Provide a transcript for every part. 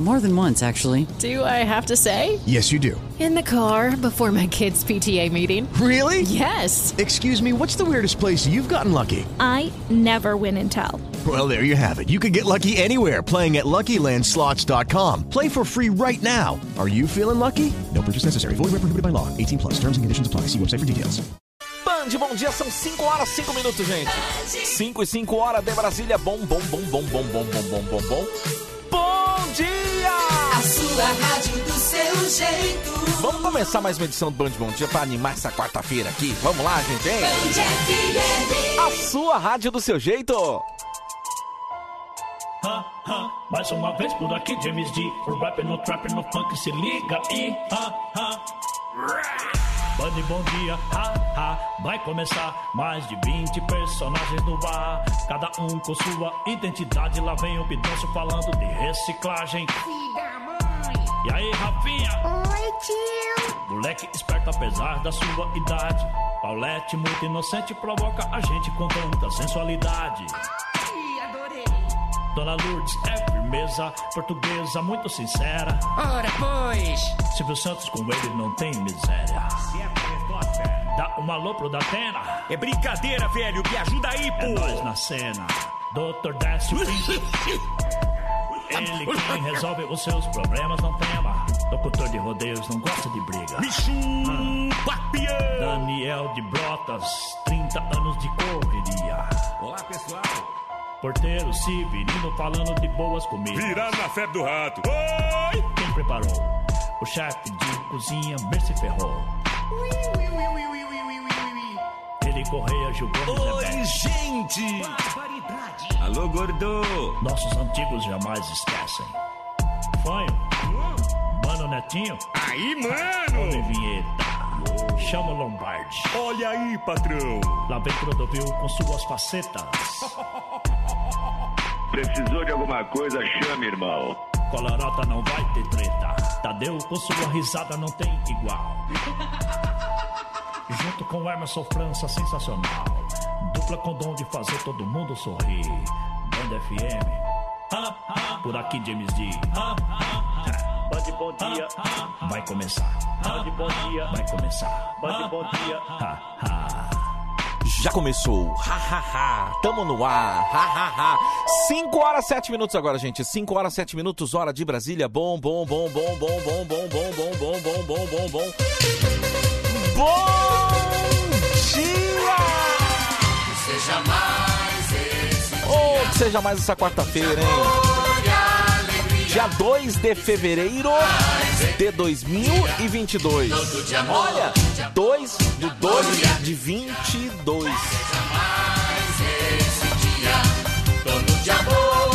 More than once, actually. Do I have to say? Yes, you do. In the car before my kids' PTA meeting. Really? Yes. Excuse me, what's the weirdest place you've gotten lucky? I never win and tell. Well, there you have it. You can get lucky anywhere playing at LuckyLandSlots.com. Play for free right now. Are you feeling lucky? No purchase necessary. Void where prohibited by law. 18 plus. Terms and conditions apply. See website for details. Band, bom dia. São 5 horas, 5 minutos, gente. 5 e 5 horas de Brasília. Bom, bom, bom, bom, bom, bom, bom, bom, bom, bom. Bom dia! A sua rádio do seu jeito. Vamos começar mais uma edição do Band Bom Dia pra animar essa quarta-feira aqui. Vamos lá, gente, hein? Band FM. A sua rádio do seu jeito. Ah, ah, mais uma vez por aqui, James D. O rap no trap no funk, se liga e. Ah, ah. Bande bom dia, ha, ha. Vai começar mais de 20 personagens no ar. Cada um com sua identidade. Lá vem o Bidoncio falando de reciclagem. E aí, Rafinha? Moleque esperto apesar da sua idade. Paulette muito inocente provoca a gente com tanta sensualidade. Dona Lourdes é firmeza, portuguesa muito sincera. Ora, pois, Silvio Santos com ele não tem miséria. Dá uma alô pro Datena, É brincadeira, velho. Me ajuda aí, é pô. nós na cena. Doutor Décio Pinto, ele quem resolve os seus problemas não tema. Locutor de rodeios não gosta de briga. Bicho, papião. Daniel de Brotas, 30 anos de correria. Olá, pessoal. Porteiro Severino falando de boas comidas. Virando na febre do rato. Oi! Quem preparou? O chefe de cozinha Mercy Ferrou. Ele correia julgou no Oi, Zebete. gente. Alô, gordo. Nossos antigos jamais esquecem. Fanho, Mano Netinho, Aí, de mano. vinheta. Chama o Lombardi. Olha aí, patrão. Lá vem Clodovil com suas facetas. Precisou de alguma coisa, chame, irmão. Colorota não vai ter treta. Tadeu com sua risada não tem igual. Junto com Emerson França, sensacional. Dupla com dom de fazer todo mundo sorrir. Banda FM. Ah, ah, Por aqui, James D. Ah, ah, ah. Band Bom Dia. Ah, ah. Vai começar. Band Bom Dia. Vai começar. Band Bom Dia. Ah, ah. Já começou. Ha, ha, ha. Tamo no ar. Ha, ha, ha. 5 horas, 7 minutos agora, gente. 5 horas, 7 minutos, hora de Brasília. Bom, bom, bom, bom, bom, bom, bom, bom, bom, bom, bom, bom, bom, bom. Bom dia! Seja mais esse Oh, que seja mais essa quarta-feira, hein? amor e alegria. Dia 2 de fevereiro de 2022. Olha, 2 do 2 de 22. Mais esse dia. Dono de amor.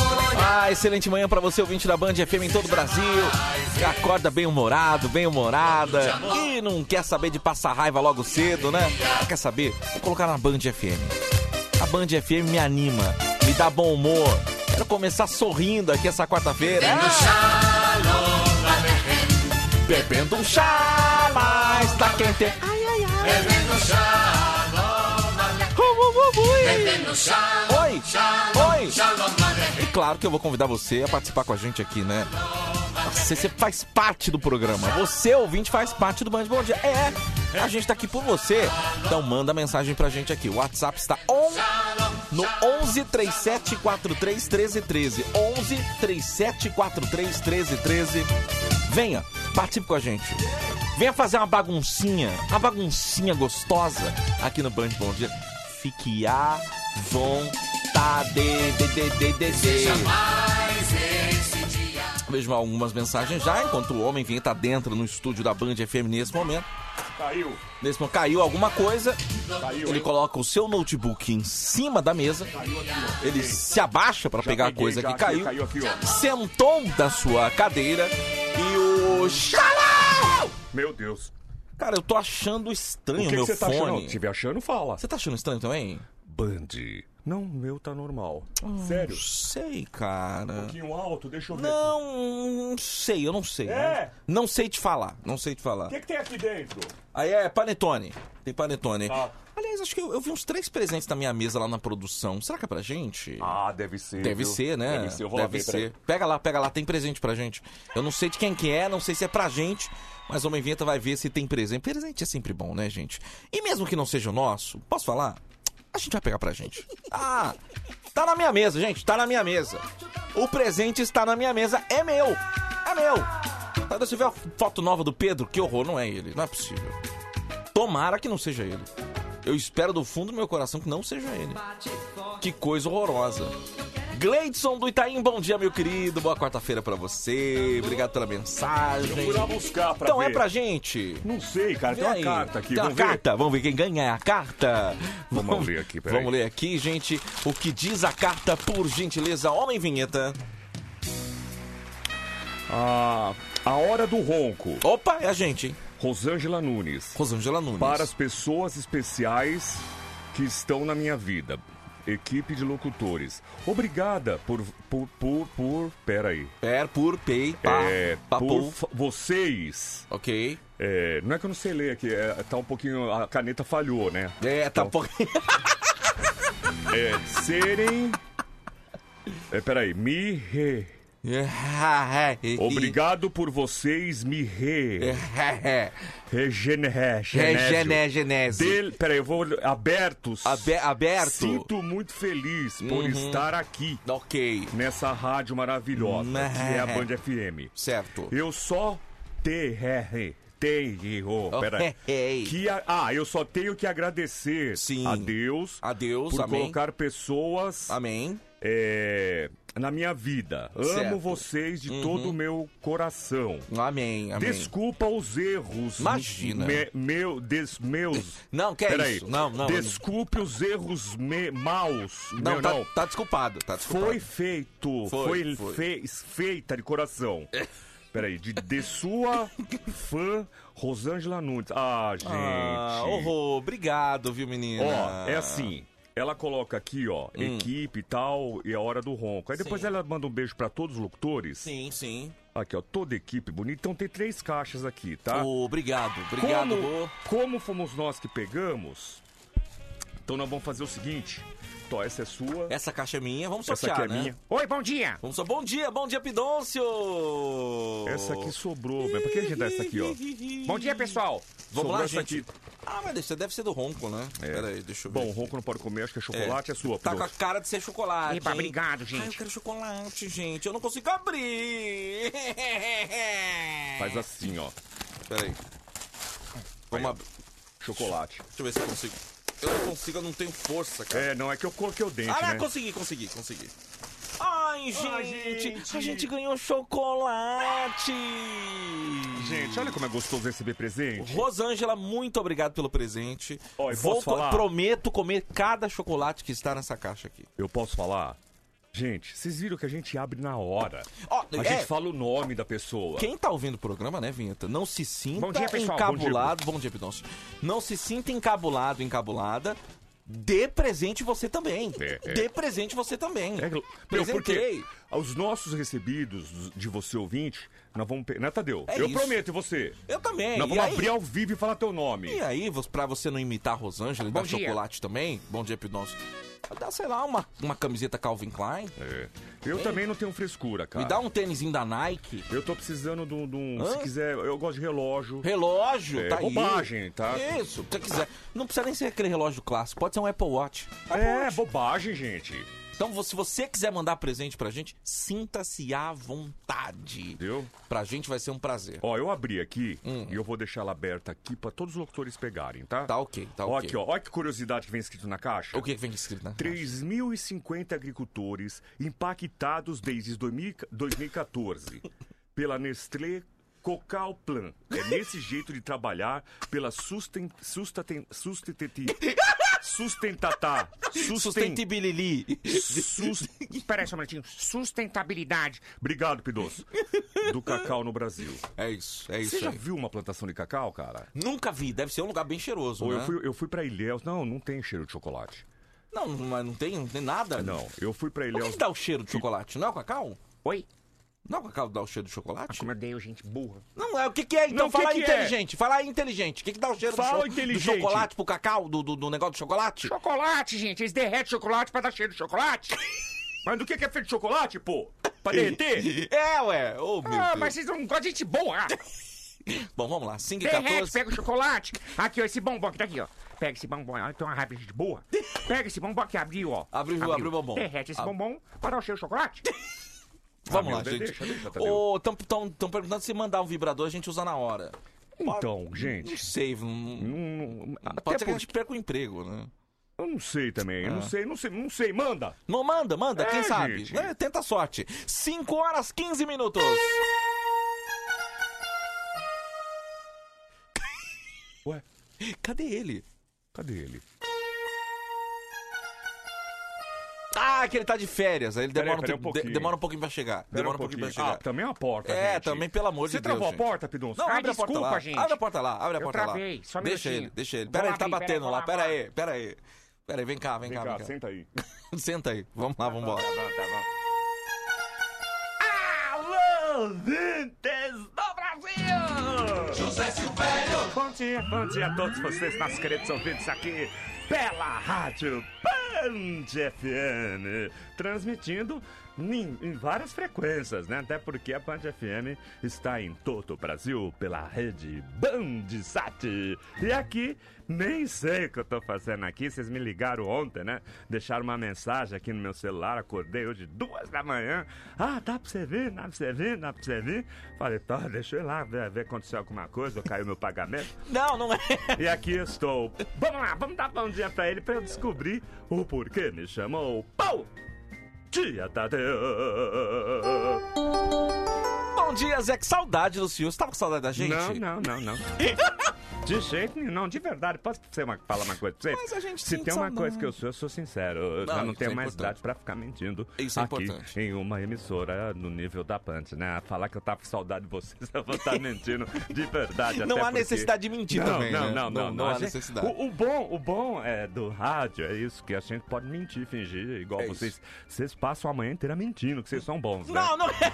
Ah, excelente manhã pra você, ouvinte da Band FM em todo o Brasil. Que acorda bem humorado, bem humorada. E não quer saber de passar raiva logo cedo, né? Quer saber? Vou colocar na Band FM. A Band FM me anima, me dá bom humor. Quero começar sorrindo aqui essa quarta-feira. Shalom, Alehem. Bebendo um chá, mas tá quente. Bebendo shalom, Alehem. Uh, uh, uh, ui. Bebendo shalom. Oi, Shalom, oi. shalom, Alehem. E claro que eu vou convidar você a participar com a gente aqui, né? Você, você faz parte do programa. Você, ouvinte, faz parte do Band Bom Dia. É, A gente tá aqui por você. Então manda mensagem pra gente aqui. O WhatsApp está on no 11 3743 1313. 11 3743 1313. Venha, participe com a gente. Venha fazer uma baguncinha, uma baguncinha gostosa aqui no Band Bom Dia. Fique à vontade. De, de, de, de, de. mais esse dia. Vejo algumas mensagens já, enquanto o homem vinheta dentro no estúdio da Band FM nesse momento. Caiu. Nesse momento, caiu alguma coisa. Caiu, Ele hein? coloca o seu notebook em cima da mesa. Ele se abaixa pra pegar a peguei, coisa já que aqui, caiu. caiu aqui, ó. Sentou da sua cadeira e o. Xalau! Meu Deus. Cara, eu tô achando estranho o que que meu você tá achando? Se fone. estiver achando, fala. Você tá achando estranho também? Ah, Band. Não, o meu tá normal. Sério? Um Sei, cara. pouquinho alto, deixa eu ver. Não sei, eu não sei. né? É? Não sei te falar, não sei te falar. O que, que tem aqui dentro? Aí é panetone. Tem panetone. Ah. Aliás, acho que eu, eu vi uns três presentes na minha mesa lá na produção. Será que é pra gente? Ah, deve ser. Deve viu? ser, né? Deve ser, eu vou lá Deve ver, ser. peraí. Pega lá, pega lá, tem presente pra gente. Eu não sei de quem que é, não sei se é pra gente, mas o Homem Vinheta vai ver se tem presente. Presente é sempre bom, né, gente? E mesmo que não seja o nosso, posso falar? A gente vai pegar pra gente. Ah, tá na minha mesa, gente, tá na minha mesa. O presente está na minha mesa, é meu, é meu. Tá, Você vê a foto nova do Pedro? Que horror, não é ele, não é possível. Tomara que não seja ele. Eu espero do fundo do meu coração que não seja ele. Que coisa horrorosa. Gleidson do Itaim, bom dia, meu querido. Boa quarta-feira pra você. Obrigado pela Eu mensagem. fui lá buscar pra Então ver. é pra gente. Não sei, cara. Vê Tem uma aí. carta aqui. Tem uma vamos ver? carta. Vamos ver quem ganha é a carta. Vamos ler aqui, peraí. Vamos ler aqui, gente. O que diz a carta, por gentileza, homem vinheta. Ah, a hora do ronco. Opa, é a gente, hein? Rosângela Nunes. Rosângela Nunes. Para as pessoas especiais que estão na minha vida. Equipe de locutores. Obrigada por. por. por. por peraí. Per, por, pei, pa, É, por papo. fa- vocês. Ok. É, não é que eu não sei ler aqui, é, tá um pouquinho. A caneta falhou, né? É, tá um pouquinho. É, serem. É, peraí. Me re. É, Obrigado por vocês me re. É, Regenerar. Regené, genese. Del... Peraí, eu vou. Abertos. Abe- aberto. Uhum. Sinto muito feliz por estar aqui Ok. nessa rádio maravilhosa Né. que é a Band FM. Certo. Eu só tenho. Tenho. Oh, Peraí. Ei. Que a- Ah, eu só tenho que agradecer é, Sim. a Deus. A Deus, por amém. colocar pessoas Amém. é, na minha vida. Amo Certo. Uhum. vocês de todo o meu coração. Amém, amém. Desculpa os erros. Imagina. me- meu, des, meus. Não, que é Peraí. isso? Não, não. Desculpe os erros me, maus. Não, meu, tá, não. tá desculpado, tá desculpado. Foi feito. Foi, Foi, foi. É. fez- feita de coração. Peraí, de, de sua fã, Rosângela Nunes. Ah, gente. Ah, horror, obrigado, viu, menina? Hum. Ó, é assim. Ela coloca aqui, ó, equipe e tal, e a hora do ronco. Aí depois ela manda um beijo pra todos os locutores. Sim, sim. Aqui, ó, toda a equipe bonita. Então tem três caixas aqui, tá? Obrigado, obrigado. Como, como fomos nós que pegamos, então nós vamos fazer o seguinte. Então, essa é sua, Essa caixa é minha, vamos essa sortear, aqui é né? minha. Oi, bom dia! Vamos só. Bom dia, bom dia, Pidôncio! Essa aqui É, sobrou, velho. Pra que a gente dá essa aqui, ó? Bom dia, pessoal! Vamos sobrou lá, essa gente. aqui. É. Ah, mas deixa- deve ser do ronco, né? Pera aí, deixa eu ver. Bom, o ronco não pode comer, acho que é chocolate, é, sua. Tá Pedro. com a cara de ser chocolate. Epa, hein? obrigado, gente. Ai, eu quero chocolate, gente. Eu não consigo abrir. Faz assim, ó. Peraí. Aí, Vamos ó. abrir. Chocolate. Deixa eu ver se eu consigo. Eu não consigo, eu não tenho força, cara. É, não, é que eu coloquei o dente, Ah, né? não, consegui, consegui, consegui. Ai, gente, gente. a gente ganhou chocolate. Gente, olha como é gostoso receber presente. Rosângela, muito obrigado pelo presente. Ó, e Vou posso falar? prometo comer cada chocolate que está nessa caixa aqui. Eu posso falar? Gente, vocês viram que a gente abre na hora. Ó, a é. gente fala o nome da pessoa. Quem tá ouvindo o programa, né, Vinheta? Não se sinta Bom dia, pessoal. encabulado. Bom dia, Pidoncio. Não se sinta encabulado, encabulada. Dê presente você também. É, é. Dê presente você também. É, Glo- Meu, Presentei. porque os nossos recebidos de você ouvinte, nós vamos. pe- Né, Tadeu? É eu isso. prometo, e você? Eu também. Nós E vamos aí? abrir ao vivo e falar teu nome. E aí, vo- pra você não imitar a Rosângela e dar chocolate também, bom dia, Pidoncio. Dá, sei lá, uma, uma camiseta Calvin Klein. É. Eu também não tenho frescura, cara. Me dá um tênisinho da Nike. Eu tô precisando de um. de um- Hã? se quiser, eu gosto de relógio. Relógio, É, tá aí. bobagem, tá? Isso, se quiser. Não precisa nem ser aquele relógio clássico, pode ser um Apple Watch. é, bobagem, gente. Então, vo- se você quiser mandar presente pra gente, sinta-se à vontade. Entendeu? Pra gente vai ser um prazer. Hum. Ó, eu abri aqui e eu vou deixar ela aberta aqui pra todos os locutores pegarem, tá? Tá ok, tá Ó ok. aqui, ó. Olha que curiosidade que vem escrito na caixa. O que que vem escrito na caixa? 3.050 agricultores impactados desde 2000 2014 pela Nestlé Cocal Plan. É nesse jeito de trabalhar pela susten... sustaten... sustentati... Sustentatá. Susten... Sustentabilili. Sus... Espera aí só um minutinho. Sustentabilidade. Obrigado, Pidoso. Do cacau no Brasil. É isso, é Você isso já aí. viu uma plantação de cacau, cara? Nunca vi, deve ser um lugar bem cheiroso, Ou né? eu fui, eu fui pra Ilhéus. Não, não tem cheiro de chocolate. Não, não, mas não tem, não tem nada. Não, eu fui pra O que, Ilhéus. que dá o cheiro de chocolate? Não é o cacau? Oi? Ah, Não é o cacau que dá o cheiro de chocolate? Meu Deus, gente burra. Não, é o que, que é? Então Não, o que fala que aí, é? inteligente. Fala aí, inteligente. O que, que dá o cheiro do Fala, cho- do, inteligente. chocolate pro cacau? Do, do, do negócio do chocolate? Chocolate, gente. Eles derretem chocolate pra dar cheiro de chocolate. mas do que que é feito de chocolate, pô? Pra derreter? É, ué. Ô, meu Deus. Ah, vocês não gostam de gente boa. Ah, Bom, vamos lá. 5 e 14. pega o chocolate. Aqui, ó, esse bombom que tá aqui, ó. Pega esse bombom. Olha, tem uma raiva de gente boa. Pega esse bombom que abriu, ó. Abriu, abriu o bombom. Ab- bombom pra dar o cheiro de chocolate. Vamos Ah, lá, meu, gente. deixa, deixa, Tadeu. Estão perguntando se mandar um vibrador a gente usa na hora. Então, Não gente... sei. Não... Não, não, até Pode ser que porque- a gente perca o emprego, né? É. Eu não sei também. Eu não sei, não sei, não sei. Manda. Não, manda, manda, É, quem sabe? gente. É, tenta a sorte. 5 horas 15 minutos. Ué, Cadê ele? cadê ele? Ah, que ele tá de férias. Aí ele Peraí, demora, peraí um, um tempo- de- pouquinho. demora um pouquinho pra chegar. demora um Pera pouquinho pra chegar. Ah, também é uma porta, É, gente. também, pelo amor de Você Deus. travou gente. a porta, Pidonço? Não, Ai, abre a porta desculpa, lá. gente. Abre a porta lá, abre a Eu porta travei, lá. só um deixa minubatinho. ele, deixa ele. Vou Pera, ele tá abrir, pera, batendo vou lá. lá, Pera vou lá. aí, pera aí. Pera aí, vem cá, vem, Vem cá, cá, vem cá. senta aí. Senta aí. Vamos lá, vamos embora. Alô, vintes do Brasil! José Silvério, Bom dia, bom dia a todos vocês, nossos queridos ouvintes aqui pela Rádio Band FM, transmitindo em, em várias frequências, né? Até porque a Band FM está em todo o Brasil pela rede Bandsat. E aqui, nem sei o que eu tô fazendo aqui, vocês me ligaram ontem, né? Deixaram uma mensagem aqui no meu celular, acordei hoje duas da manhã. Ah, dá pra você vir, dá pra você vir, dá pra você vir. Falei, tá, deixa eu ir lá ver, ver aconteceu alguma coisa, ou caiu meu pagamento. Não, não é. E aqui estou. Vamos lá, vamos dar bom dia pra ele pra eu descobrir o porquê me chamou. Pau! Tia Tadeu! Bom dia, Zé. Que saudade do senhor. Você tava com saudade da gente? Não, não, não, não. De jeito nenhum, não, de verdade. Posso ser uma, falar uma coisa pra você? Mas a gente Se sente tem uma saudade. coisa que eu sou, eu sou sincero. Eu Não, já isso não tenho é mais importante. idade pra ficar mentindo Isso é aqui importante. em uma emissora no nível da Punch, né? Falar que eu tava com saudade de vocês, eu vou estar mentindo de verdade. Não até há porque- necessidade de mentir não, também, Não, né? não, não, Não- não há A gente- necessidade. O, o bom, o bom é, do rádio é isso, que a gente pode mentir, fingir, igual É vocês. isso. Vocês passam a manhã inteira mentindo, que vocês são bons, né? Não, não é.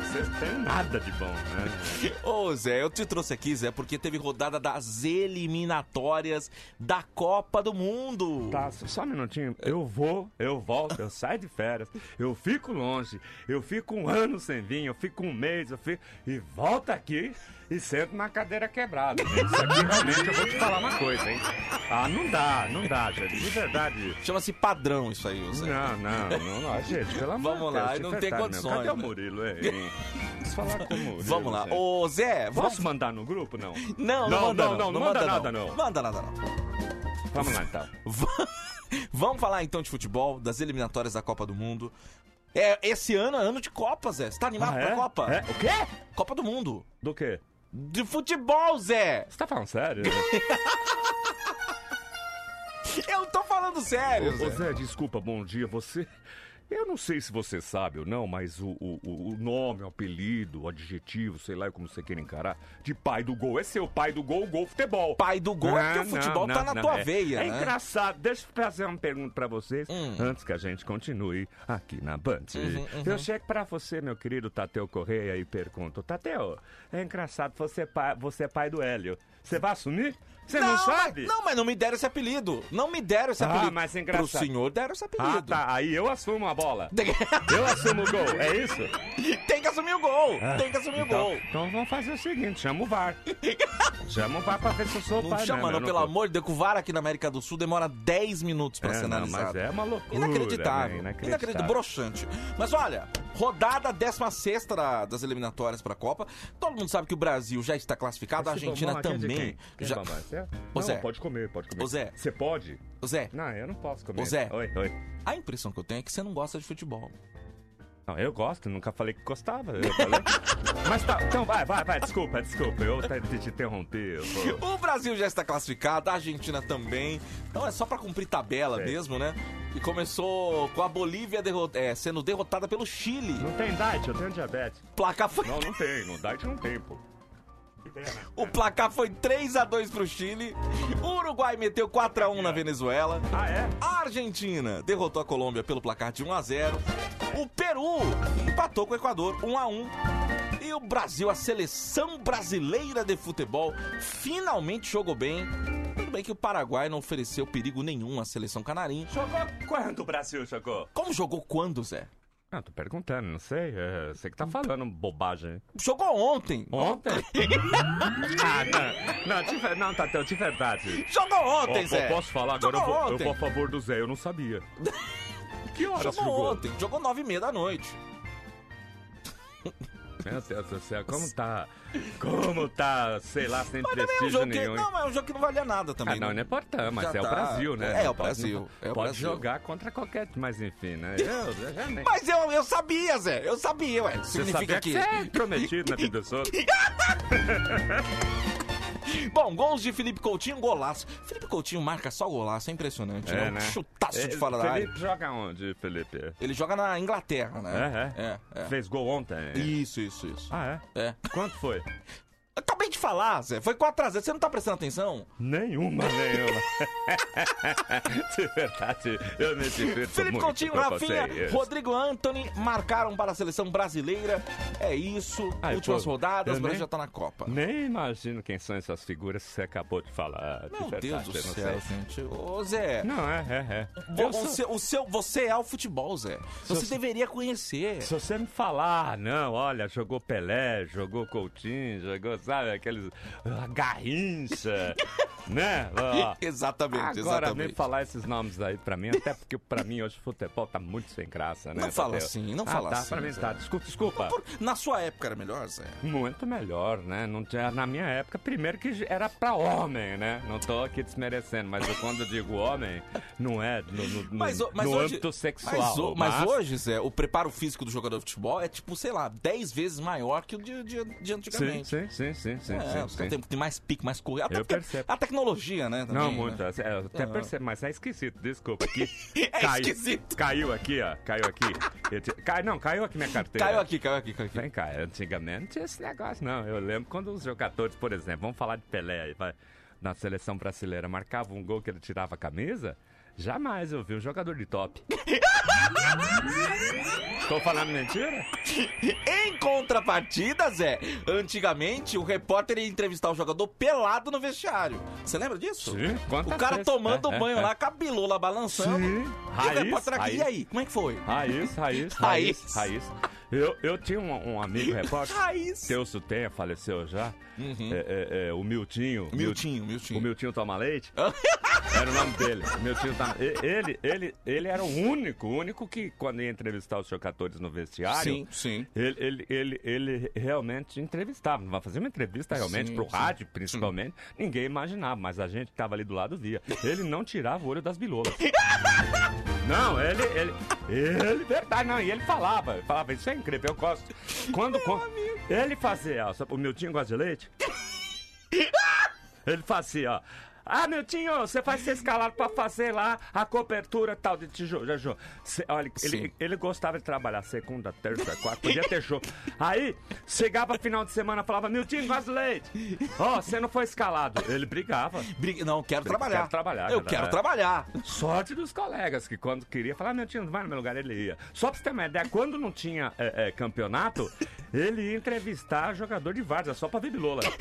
Vocês não têm nada de bom, né? Ô Zé, eu te trouxe aqui, Zé, porque teve rodada das eliminatórias da Copa do Mundo. Tá, só só um minutinho. Eu vou, eu volto, eu saio de férias, eu fico longe, eu fico um ano sem vinho, eu fico um mês, eu fico. E volto aqui e sento na cadeira quebrada. gente. Isso aqui realmente eu vou te falar uma coisa, hein? Ah, não dá, não dá, gente. De verdade. Chama-se padrão isso aí, ô Zé. Não, não, não, não. Gente, pelo amor Vamos de lá, Deus. de não tem verdade, meu. condições, Cadê o né? Murilo, hein? Preciso falar com o Murilo. Vamos lá. gente. Ô Zé, vamos. Posso mandar no grupo, não? Não, não, Não, manda, não, não, não manda nada, não. Manda nada, não. Vamos lá, então. Va- Vamos falar então de futebol, das eliminatórias da Copa do Mundo. É, esse ano é ano de Copa, Zé. Você tá animado Ah, pra é? Copa? É? O quê? Copa do Mundo. Do quê? De futebol, Zé! Você tá falando sério? Eu tô falando sério, Ô, Zé. Zé, desculpa, bom dia. Você. Eu não sei se você sabe ou não, mas o, o- o- o nome, o apelido, o adjetivo, sei lá como você queira encarar, de pai do gol. É seu pai do gol, gol futebol. Pai do gol é porque não, o futebol não, tá na não, tua é. veia, É né? Hum. engraçado. Deixa eu fazer uma pergunta pra vocês antes que a gente continue aqui na Band. Uhum, Eu chego pra você, meu querido Tateu Correia, e pergunto: Tateu, é engraçado, você é pai, você é pai do Hélio. Você vai assumir? Você não, sabe? Mas, não, mas não me deram esse apelido. Não me deram esse Ah, apelido. mas é engraçado. Pro senhor deram esse apelido. Ah, tá. Aí eu assumo a bola. Eu assumo o gol, é isso? Tem que assumir o gol. Tem que assumir o Então- gol. Então vamos fazer o seguinte, chama o VAR. Chama o VAR pra ver se eu sou o Não pai. chama, mesmo, não, eu pelo tô. amor de Deus. que O VAR aqui na América do Sul demora 10 minutos pra É, ser não, analisado. mas é uma loucura, Inacreditável. né? Inacreditável. Inacreditável. Broxante. Mas olha, rodada 16 da, das eliminatórias pra Copa. Todo mundo sabe que o Brasil já está classificado, a Esse Argentina bombom aqui é de também. quem? Quem já... bomba? Você- é? Ô, Não, Zé. pode comer, pode comer. Ô, Zé. Você pode? Ô, Zé, Não, eu não posso comer. Ô, Zé. Oi, oi. a impressão que eu tenho é que você não gosta de futebol. Não, eu gosto, nunca falei que gostava. eu falei. Mas tá, então vai, vai, vai, desculpa, desculpa. Eu te, te interrompi. Eu vou... O Brasil já está classificado, a Argentina também. Então é só pra cumprir tabela É. mesmo, né? E começou com a Bolívia derrota- é, sendo derrotada pelo Chile. Não tem idade, eu tenho diabetes. Placar foi Não, não tem, não idade não tem, pô. O placar foi 3 a 2 pro Chile. O Uruguai meteu 4 a 1 na Venezuela. Ah, é? A Argentina derrotou a Colômbia pelo placar de 1 a 0. O Peru empatou com o Equador 1 a 1. E o Brasil, a seleção brasileira de futebol, finalmente jogou bem. Tudo bem que o Paraguai não ofereceu perigo nenhum à seleção canarinha. Jogou quando o Brasil jogou? Como jogou quando, Zé? Então Não, Ah, tô perguntando, não sei. É, você que tá falando bobagem. Jogou ontem. Ontem? ah, não. Não, de, ver- não, Tateu, de verdade. Jogou ontem, Ó, Zé. posso falar agora? Eu Jogou vou, eu ontem. vou a favor do Zé, eu não sabia. Que horas Jogou jogou? ontem. Jogou 9 e meia da noite. Meu Deus do céu, como tá. Como tá, sei lá, sem Mas também é um prestígio jogo que, nenhum. não, mas é um jogo que não valia nada também. né? Ah, não, não é portão, mas Já é o tá. Brasil, né? É, é o Não pode- Brasil, não- é o Pode Brasil. jogar contra qualquer, mas enfim, né? Eu, eu já nem. Mas eu, eu sabia, Zé. Eu sabia, ué. Você sabia Significa que que. você é intrometido na vida dos outros. Bom, gols de Felipe Coutinho, golaço. Felipe Coutinho marca só golaço, é impressionante, né? Um chutaço É, de fora da área. Felipe joga onde, Felipe? Ele joga na Inglaterra, né? É, é. É, Fez gol ontem. é. Isso, isso, isso. Ah, é? É. Quanto foi? Acabei de falar, Zé. Foi 4x0. Você não tá prestando atenção? Nenhuma, né? nenhuma. De verdade, eu me divirto Felipe muito Coutinho, com Rafinha, vocês. Ah, Rodrigo Anthony marcaram para a seleção brasileira. É isso. Ai, Últimas pô, rodadas, eu o nem- Brasil já tá na Copa. Nem imagino quem são essas figuras que você acabou de falar. Meu de verdade, Deus do eu não céu, sei. gente. Ô, Zé. Não, é, é, é. Vo- Eu o sou- seu- o seu- você é o futebol, Zé. Você Seu- deveria conhecer. Se você me falar, não, olha, jogou Pelé, jogou Coutinho, jogou, sabe, aqueles. ah, Garrincha, né? Ó, Exatamente, Agora, exatamente. nem falar esses nomes aí pra mim, até porque pra mim hoje futebol tá muito sem graça, né? Não fala Tadeu? assim, não Ah, fala tá, assim, Pra mim Zé. tá, desculpa, desculpa. Por- Na sua época era melhor, Zé? Muito melhor, né? Não tinha, na minha época, primeiro que era pra homem, né? Não tô aqui desmerecendo, mas eu, quando eu digo homem, não é no, no, no- o- no âmbito sexual. Mas, o- mas hoje, Zé, o preparo físico do jogador de futebol é tipo, sei lá, 10 vezes maior que o de, de, de Sim, antigamente. sim, sim, sim, sim. É, sim, os sim. caras têm tem mais pique, mais corrida. Até Eu porque percebo. a tecnologia, né? também, Não, né? muito. é, eu até Não. percebo, mas é esquisito. Desculpa. Aqui, É esquisito. Caiu aqui, ó. Caiu aqui. Eu te- cai- não, caiu aqui minha carteira. Caiu aqui, caiu aqui, caiu aqui. Vem cá, antigamente esse negócio não. Eu lembro quando os jogadores, por exemplo, vamos falar de Pelé aí, vai, na seleção brasileira, marcava um gol que ele tirava a camisa. Jamais eu vi um jogador de top. Estou falando mentira? Em contrapartida, Zé, antigamente o repórter ia entrevistar o jogador pelado no vestiário. Você lembra disso? Sim, quantas O cara vezes? tomando É, é, banho é. lá, cabilou lá balançando. Sim. E o Raiz, repórter aqui, raiz. e aí? Como é que foi? Raiz, raiz, Raiz. raiz, raiz. Eu, eu tinha um, um amigo repórter. Raiz. Uhum. Teuso Tenha faleceu já. É, é, é, o Miltinho. Miltinho, Mil- Miltinho. O Miltinho Toma Leite. era o nome dele. Miltinho Toma e- ele, ele, ele era o único, o único que quando ia entrevistar os chocadores no vestiário. Sim, sim. Ele, ele, ele, ele realmente entrevistava. Vai fazer uma entrevista realmente Sim, pro sim. rádio, principalmente. Ninguém imaginava, mas a gente que tava ali do lado via. Ele não tirava o olho das bilobas. Não, ele, ele, ele, verdade, não, e ele falava, falava, isso é incrível, eu gosto. Quando, quando ele fazia, ó, só- o Miltinho gosta de leite? Ele fazia, ó, ah, Miltinho, você vai ser escalado pra fazer lá a cobertura tal de tijolo, já, já. Cê- olha, Sim. ele, ele gostava de trabalhar segunda, terça, quarta, podia ter jogo. Aí, chegava final de semana, falava, Miltinho, gosta de leite? Ó, você não foi escalado. Ele brigava. Briga- Não, quero trabalhar. quero trabalhar, Eu cara. quero trabalhar. Sorte dos colegas, que quando queria falar, meu tio, não vai no meu lugar, ele ia. Só pra você ter uma ideia, quando não tinha é, é, campeonato, ele ia entrevistar jogador de várzea, só pra ver bilola.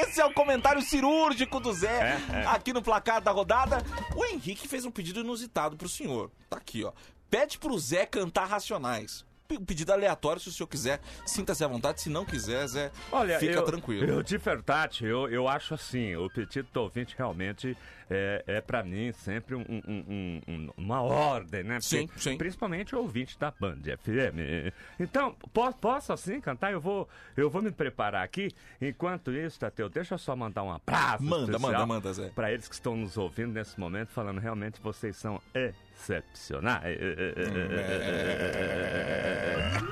Esse é o comentário cirúrgico do Zé É, é. aqui no placar da rodada. O Henrique fez um pedido inusitado pro senhor. Tá aqui, ó. Pede pro Zé cantar Racionais. P- Um pedido aleatório, se o senhor quiser. Sinta-se à vontade. Se não quiser, Zé, Olha, fica eu, tranquilo. Eu, de verdade, eu, eu acho assim, o pedido do ouvinte realmente é, é para mim sempre um- um- um- um- uma ordem, né? Sim, Porque, sim. Principalmente o ouvinte da Band FM. Então, po- posso assim cantar? Eu vou, eu vou me preparar aqui. Enquanto isso, Tateu, deixa eu só mandar um abraço Manda, especial manda, manda, Zé. Para eles que estão nos ouvindo nesse momento, falando realmente vocês são excepcionais.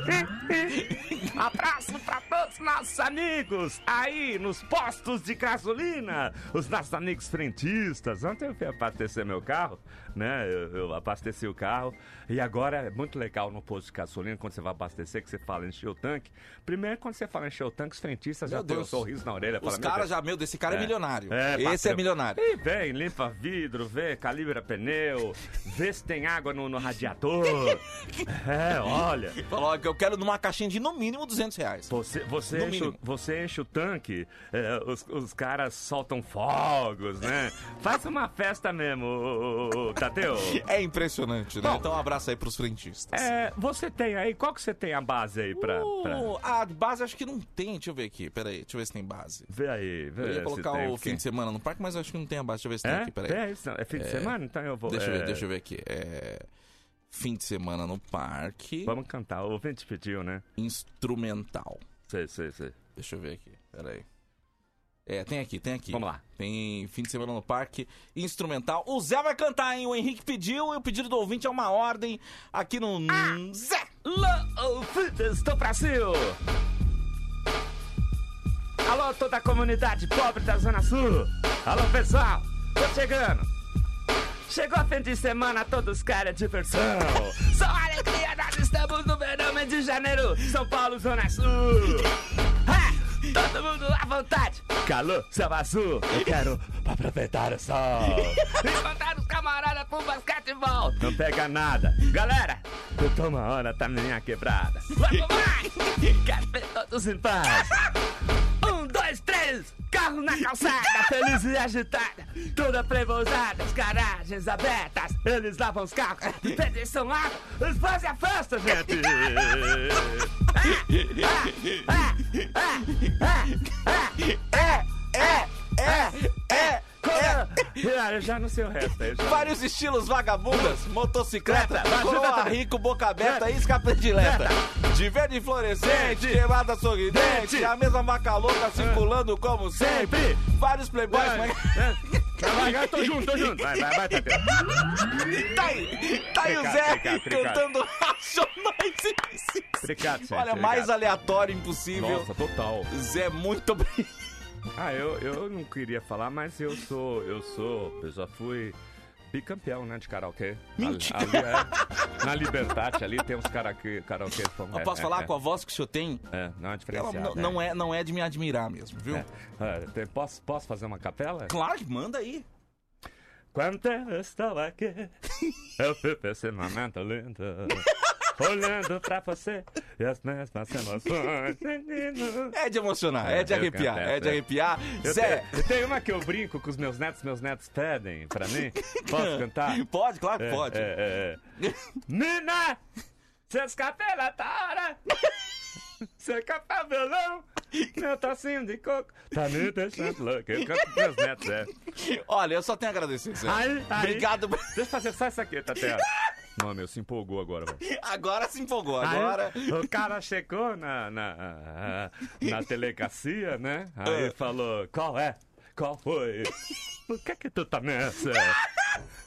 Hum. É. Abraço pra todos nossos amigos aí nos postos de gasolina, os nossos amigos frentistas. Ontem eu fui abastecer meu carro, né? Eu, eu abasteci o carro e agora é muito legal no posto de gasolina quando você vai abastecer que você fala encher o tanque. Primeiro quando você fala encher o tanque, os frentistas já Meu dão um Deus. sorriso na orelha. Os fala, "Meu caras Deus." já, meu, desse cara é, milionário. Esse patrão. é milionário. E vem, limpa vidro, vê, calibra pneu, vê se tem água no, no radiador. é, olha. Falou, ó, que eu quero numa caixinha de no mínimo 200 reais. Você, você, No enche, o- mínimo. você enche o tanque, é, os, os caras soltam fogos, né? Faça uma festa mesmo, ô, ô, ô, ô, Tadeu. É impressionante, né? Bom. então, um abraço aí pros frentistas. É, você tem aí, qual que você tem a base aí pra... pra- Uh, A base acho que não tem. Deixa eu ver aqui. Peraí, deixa eu ver se tem base. Vê aí, vê Eu se ia colocar tem o aqui. fim de semana no parque, mas acho que não tem a base. Deixa eu ver se tem É? aqui. Peraí. É, isso, é fim de semana? Então eu vou... Deixa eu é, ver, deixa eu ver aqui. É, Fim de semana no parque. Vamos cantar, o ouvinte pediu, né? Instrumental. Sei, sei, sei. Deixa eu ver aqui. Peraí. É, tem aqui, tem aqui. Vamos lá. Tem fim de semana no parque, instrumental. O Zé vai cantar, hein? O Henrique pediu e o pedido do ouvinte é uma ordem aqui no Ah! Zé. Alô, ouvintes do Brasil! Alô, toda a comunidade pobre da Zona Sul! Alô, pessoal! Tô chegando! Chegou fim de semana, todos querem diversão! Só alegria, nós estamos no verão, mês de janeiro! São Paulo, Zona Sul! Ah, todo mundo à vontade! Calor, céu azul! Eu quero aproveitar o sol! Encontrar os camaradas pro basquetebol! Não pega nada! Galera, eu tô uma hora, tá minha quebrada! Tá Vamos mais! Quero ver todos em paz! Um, dois, três! Carro na calçada, feliz e agitada, toda prevozada, as garagens abertas, eles lavam os carros, petição lá, eles fazem a festa, gente! Ah, ah, ah, ah, ah, é, é, é, é, como- Ah, Eu já não sei o resto aí, já. Vários estilos vagabundas, motocicleta, Bata, bata, coroa bata. rico, boca aberta, Bata. isca predileta. De verde fluorescente, Dente. queimada sorridente, Dente. a mesma vaca louca circulando como sempre. Sempre. Vários playboys, Vai, mas... vai, vai, tô junto, tô junto. Vai, vai, vai, Tateu. Tá aí, tá aí o Obrigado, Zé obrigado, obrigado. cantando Racionais MCs. Obrigado, gente, Olha, mais obrigado. aleatório impossível. Nossa, total. Zé, muito obrigado. Ah, eu, eu não queria falar, mas eu sou, eu sou, eu já fui bicampeão, né, de karaokê. Mentira. Ali, ali é, na Libertate ali tem uns karaokê, karaokê famosos. Eu posso falar com a voz que o senhor tem? É, não é Ela diferenciado. não, não é, não é de me admirar mesmo, É. viu? posso, posso fazer uma capela? Claro que manda aí. Quando eu estou aqui, eu fico esse momento lindo. Olhando pra você e as mesmas emoções. menino. É de emocionar, é, É, de eu arrepiar, canto, é de é. arrepiar. Eu Zé, tenho- eu tenho uma que eu brinco com os meus netos, meus netos pedem pra mim. Posso cantar? pode, claro que É, pode. É, é, é. Nina! Seus cabelos tora! Seu capelão! Meu tocinho de coco! Tá me deixando louco! Eu canto com meus netos, é. Olha, eu só tenho a agradecer, Zé. Ai, ai. Obrigado. Deixa eu fazer só isso aqui, Tatea. Não, meu, se empolgou agora, velho. Agora se empolgou, Aí, agora. o cara chegou na, na, na delegacia, né? Ah. Aí falou, qual é? Qual foi? Por que que tu tá nessa?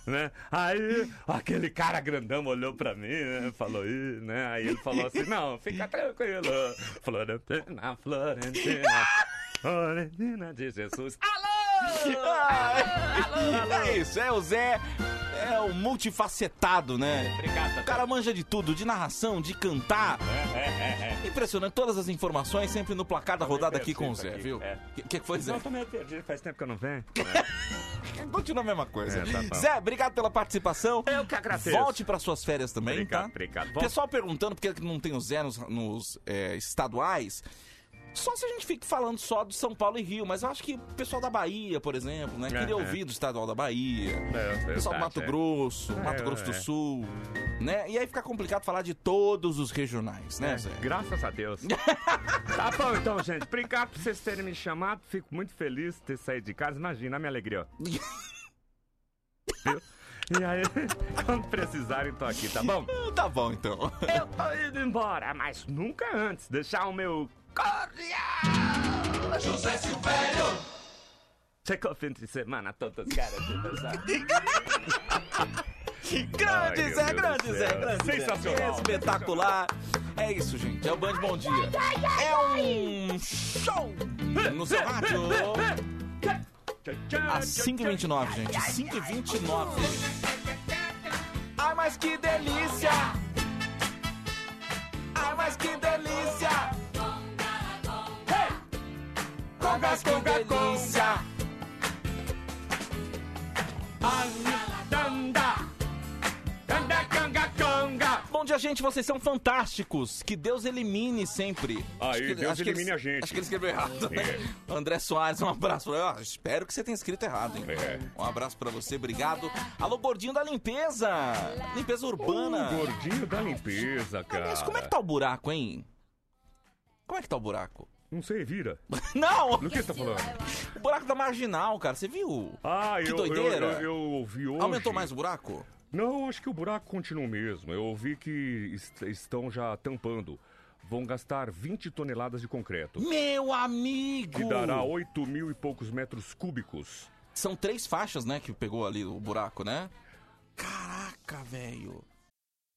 né? Aí aquele cara grandão olhou pra mim, né? Falou, "Ih", né? Aí ele falou assim, não, fica tranquilo. Florentina, Florentina, Florentina de Jesus. Ah, É isso, é o Zé. É o multifacetado, né? Obrigado, É, O cara manja de tudo, de narração, de cantar. Impressionante. Todas as informações sempre no placar da rodada aqui com o Zé, aqui, viu? é. Que, que foi, Zé? Não, tô meio perdido, faz tempo que eu não venho. Continua a mesma coisa. É, tá bom. Zé, obrigado pela participação. Eu que agradeço. Volte para suas férias também, Obrigado, tá? obrigado. Vol- Pessoal perguntando por que não tem o Zé nos, nos, é, estaduais. Só se a gente fica falando só do São Paulo e Rio, mas eu acho que o pessoal da Bahia, por exemplo, né? Queria Aham. ouvir do estadual da Bahia. É, pessoal do verdade, Mato é. Grosso, É, Mato Grosso do é. Sul, né? E aí fica complicado falar de todos os regionais, né, É, Zé? graças a Deus. tá bom então, gente. Obrigado por vocês terem me chamado. Fico muito feliz de ter saído de casa. Imagina a minha alegria. ó. Viu? E aí, quando precisarem, tô aqui, tá bom? Tá bom, então. Eu tô indo embora, mas nunca antes deixar o meu cordial José Silvério. check-off fim de semana a todas as caras. de dançar. é, Grande Ai, meu Zé, Deus grande do Zé, céu. grande Zé. Sensacional. é, Espetacular. É isso, gente. É o Band Bom Dia. É um show no seu rádio. Às 5h29, gente. 5h29. Ai, mas que delícia! Ai, mas que delícia! Hey! Congas com delícia! Tanda, tanda, canga, canga. Bom dia, gente. Vocês são fantásticos. Que Deus elimine sempre. Aí, Deus elimine ele, a gente. É. Acho que ele escreveu errado. né? André Soares, um abraço. Eu espero que você tenha escrito errado, hein? É. Um abraço pra você, obrigado. Alô, gordinho da limpeza. Limpeza urbana. O gordinho da limpeza, cara. Aliás, como é que tá o buraco, hein? Como é que tá o buraco? Não sei, vira. Não! Do que você tá falando? O buraco da marginal, cara. Você viu? Ah, Que eu, doideira. Eu, eu, eu ouvi hoje. Aumentou mais o buraco? Não, acho que o buraco continua o mesmo. Eu ouvi que est- estão já tampando. Vão gastar 20 toneladas de concreto. Meu amigo! Que dará 8 mil e poucos metros cúbicos. São três faixas, né, que pegou ali o buraco, né? Caraca, velho.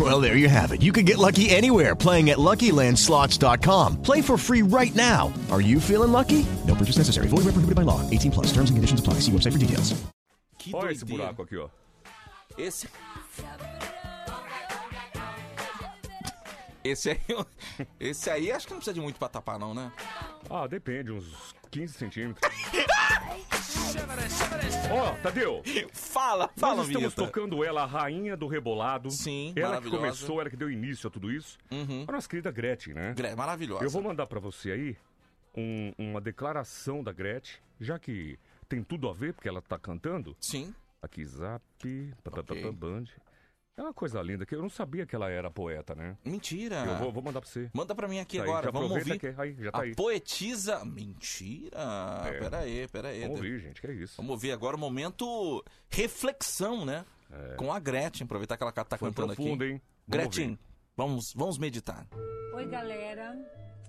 Well, there you have it. You can get lucky anywhere playing at LuckyLandSlots.com. Play for free right now. Are you feeling lucky? No purchase necessary. Void where prohibited by law. 18 plus. Terms and conditions apply. See website for details. Que Olha esse doideira. buraco aqui, ó. Esse. Esse aí. Esse aí acho que não precisa de muito pra tapar, não, né? Ah, depende, uns 15 centímetros. Ó, Tadeu! Fala, Nós fala, estamos Vinheta. tocando ela, a rainha do rebolado. Sim, Ela que maravilhosa. Uhum. começou, ela que deu início a tudo isso. A nossa querida Gretchen, né? Gre- Maravilhosa. Eu vou mandar pra você aí um- uma declaração da Gretchen, já que tem tudo a ver, porque ela tá cantando. Sim. Aqui, zap, pá, pá, pá, pá, band. É uma coisa linda, que eu não sabia que ela era poeta, né? Mentira. Eu vou, vou mandar pra você. Manda pra mim aqui Tá aí, agora, já vamos aproveita ouvir. que- aí, já tá a aí. É. poetisa. Mentira. Pera aí, pera aí. Vamos Deve- ouvir, gente, que é isso. Vamos ouvir agora o momento reflexão, né? Com a Gretchen. Aproveitar que ela tá É. Foi cantando profundo, aqui. hein? Vamos Gretchen, ouvir. vamos, vamos meditar. Oi, galera.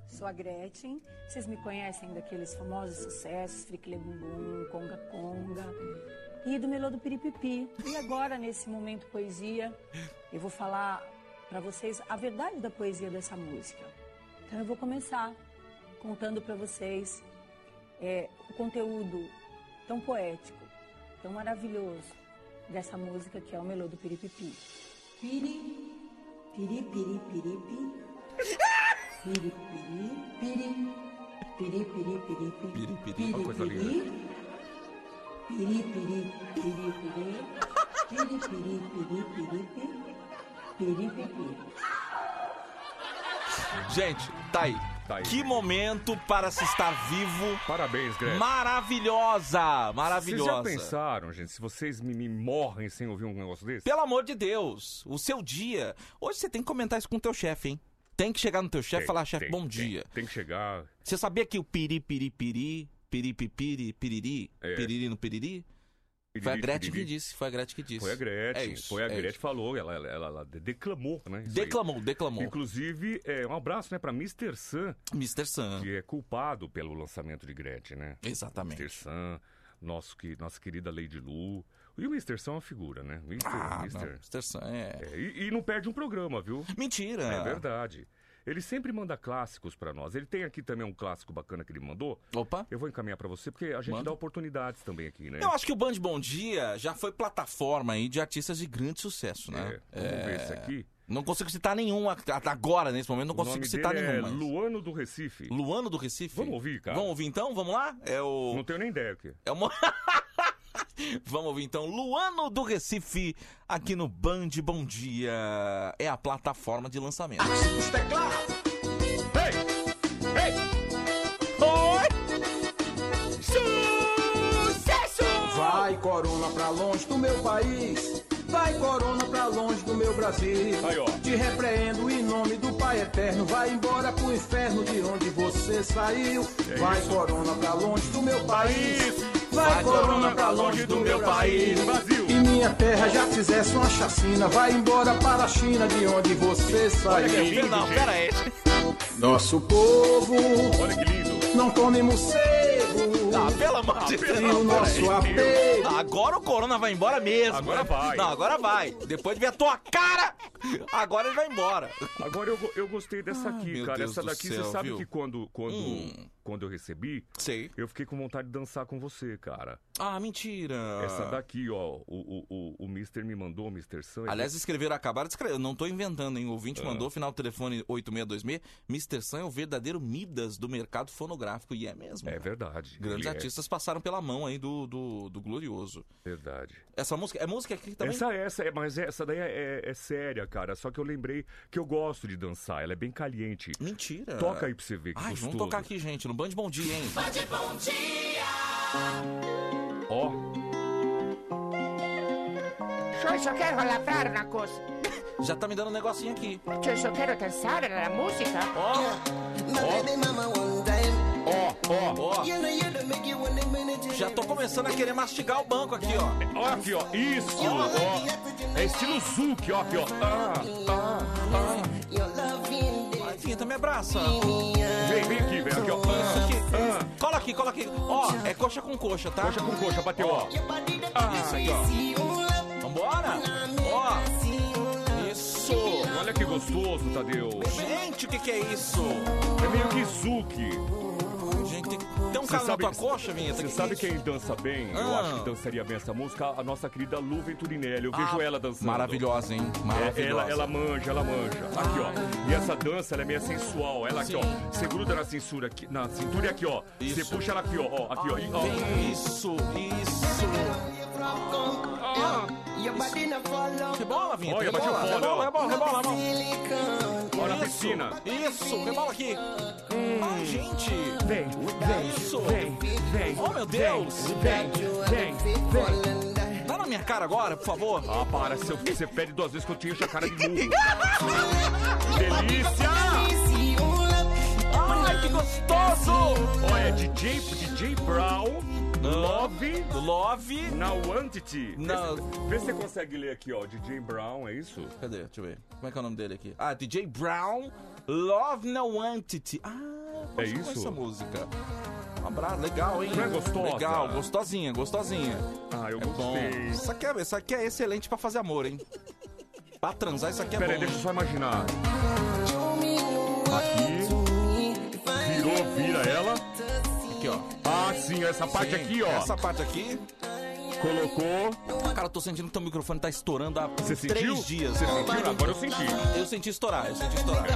Sou a Gretchen. Vocês me conhecem daqueles famosos sucessos, Friquilebumbum, Conga Conga e do Melô do Piripipi. E agora, nesse momento poesia, eu vou falar para vocês a verdade da poesia dessa música. Então, eu vou começar contando para vocês é, o conteúdo tão poético, tão maravilhoso dessa música que é o Melô do Piripipi. Piri, piri, piri, piri, piri. Piri, piri, piri. Piri, piri, piri, piri. Piripiri. Piri, Olha que coisa piri. Piri, piri, piri, piri. Piri, piri, piri, piri, piri. Piri, piri. Gente, tá aí. Tá aí. Que momento para se estar vivo. Parabéns, Gretchen. Maravilhosa! Vocês já Maravilhosa. pensaram, gente, se vocês me, me morrem sem ouvir um negócio desse? Pelo amor de Deus, o seu dia. Hoje você tem que comentar isso com o teu chefe, hein? Tem que chegar no teu chefe e Tem, falar, chefe, tem, bom tem, dia. Tem que chegar. Você sabia que o piri piri piri, piri piri piriri, É. piriri no piriri? Piriri, Foi a Gretchen que piriri. disse, foi a Gretchen que disse. Foi a Gretchen. É isso, foi a é Gretchen isso. que falou, ela, ela, ela, de- declamou, né? isso aí. Declamou, declamou. Inclusive, é, um abraço, né, pra Mr. Sun, Mr. Sam. que é culpado pelo lançamento de Gretchen, né? Exatamente. Mr. Sun, nosso, que, nossa querida Lady Lu. E o Mr. Sun é uma figura, né? Mr. Ah, não, Mr. Mr. Sam, é. É, e, e não perde um programa, viu? Mentira. É verdade. Ele sempre manda clássicos pra nós. Ele tem aqui também um clássico bacana que ele mandou. Opa. Eu vou encaminhar pra você, porque a gente Manda. dá oportunidades também aqui, né? Eu acho que o Band Bom Dia já foi plataforma aí de artistas de grande sucesso, né? É, É, vamos ver esse aqui. Não consigo citar nenhum a- a- agora, nesse momento, não O consigo nome citar dele nenhum. é mas- Luano do Recife. Luano do Recife? Vamos ouvir, cara. Vamos ouvir então? Vamos lá? É o. Não tenho nem ideia aqui. É uma... Vamos ouvir então. Luano do Recife, aqui no Band Bom Dia. É a plataforma de lançamento. Os teclados. Sucesso! Vai, corona, pra longe do meu país. Vai, corona, pra longe do meu Brasil. Aí, ó. Te repreendo em nome do Pai Eterno. Vai embora pro inferno de onde você saiu. Vai, corona, pra longe do meu país. Vai, corona, pra longe do meu país. Brasil. E minha terra já fizesse uma chacina. Vai embora para a China de onde você saiu. Não, pera aí. Nosso povo Olha que lindo. não come morcego. Ah, pelo amor de e o Deus. nosso Ah, apego. Agora o Corona vai embora mesmo. Agora né? vai. Não, agora vai. Depois de ver a tua cara, agora ele vai embora. Agora eu, go- eu gostei dessa aqui, Ah, meu cara. Deus Essa do daqui, céu, você sabe viu? Hum. que quando, quando, quando eu recebi, Sei. eu fiquei com vontade de dançar com você, cara. Ah, mentira. Essa daqui, ó, o, o, o, o Mr. me mandou, o Mr. Sam. ele- Aliás, escreveram, acabaram de escrever. Eu Não tô inventando, hein? O ouvinte É. mandou, final do telefone 8626. Mr. Sam é o verdadeiro Midas do mercado fonográfico. E é mesmo. É verdade. Grandes ele artistas passaram pela mão aí do, do, do Glorioso. É verdade. Essa música é música aqui também? Essa, essa, é- mas essa daí é, é- é séria, cara. Só que eu lembrei que eu gosto de dançar. Ela é bem caliente. Mentira. Toca aí pra você ver que Ai, gostoso. vamos tocar aqui, gente, no Band Bom Dia, hein? Ó, Yo só quero rolar una cosa. Já tá me dando um negocinho aqui. Yo só quero danzar a la música. Oh. ó, ó, Ó, já tô começando a querer mastigar o banco aqui, ó. ó aqui, ó. Isso, ó. É estilo Zouk, ó aqui, ó. Ah, Ai, Finha, também abraça. vem, vem aqui, vem aqui, ó. Ah, Isso aqui. Cola aqui, cola aqui. Ó, é coxa com coxa, tá? coxa com coxa, bateu, ó. ah. Isso aqui, ó. Vambora. Ó. Isso. Olha que gostoso, Tadeu. Gente, o que que é isso? É meio que Zouk. Gente, tem, tem um cara na tua coxa, Vinheta? Você que que é sabe isso? quem dança bem? Eu Ah. acho que dançaria bem essa música, a nossa querida Lu Venturinelli. é? Eu vejo Ah, ela dançando. Maravilhosa, hein? Maravilhosa. É, ela, ela manja, ela manja. Aqui, ó. E essa dança, ela é meio sensual. Ela aqui, ó. Você gruda na cintura aqui, na cintura e aqui, ó. Você Isso. puxa ela aqui, ó. ó aqui, ó. E, ó. Tem isso, isso. Rebola, Vinheta. Olha, bateu rebola, fora, rebola, ó. rebola, rebola, rebola. Ó, na Isso, piscina. Isso, rebola aqui. Ai, gente. Hum. Vem, Isso. vem, vem. Oh, meu Deus. Vem, vem, vem. Dá na minha cara agora, por favor. Ah, para. se eu- Você pede duas vezes que eu te encho a cara de burro. Delícia! Ai, que gostoso. Ó, é DJ, DJ Brown, Love... Love. Now Entity. Now- Vê se você consegue ler aqui, ó. DJ Brown, é isso? Cadê? Deixa eu ver. Como é que é o nome dele aqui? Ah, DJ Brown, Love No Entity. Ah, eu É gosto isso? essa música. Um abraço, legal, hein? Não é gostosa? Legal, gostosinha, gostosinha. Ah, eu é bom. gostei. Isso aqui é, isso aqui é excelente pra fazer amor, hein? Pra transar, isso aqui é Pera aí, bom. deixa eu só imaginar. Aqui. Virou, vira ela. Tá Aqui, ó. Ah, sim, essa parte Sim, aqui, ó. Essa parte aqui. Colocou. Cara, eu tô sentindo que teu microfone tá estourando há Você três sentiu? dias. Você sentiu? Agora eu senti. Eu senti estourar, eu senti estourar.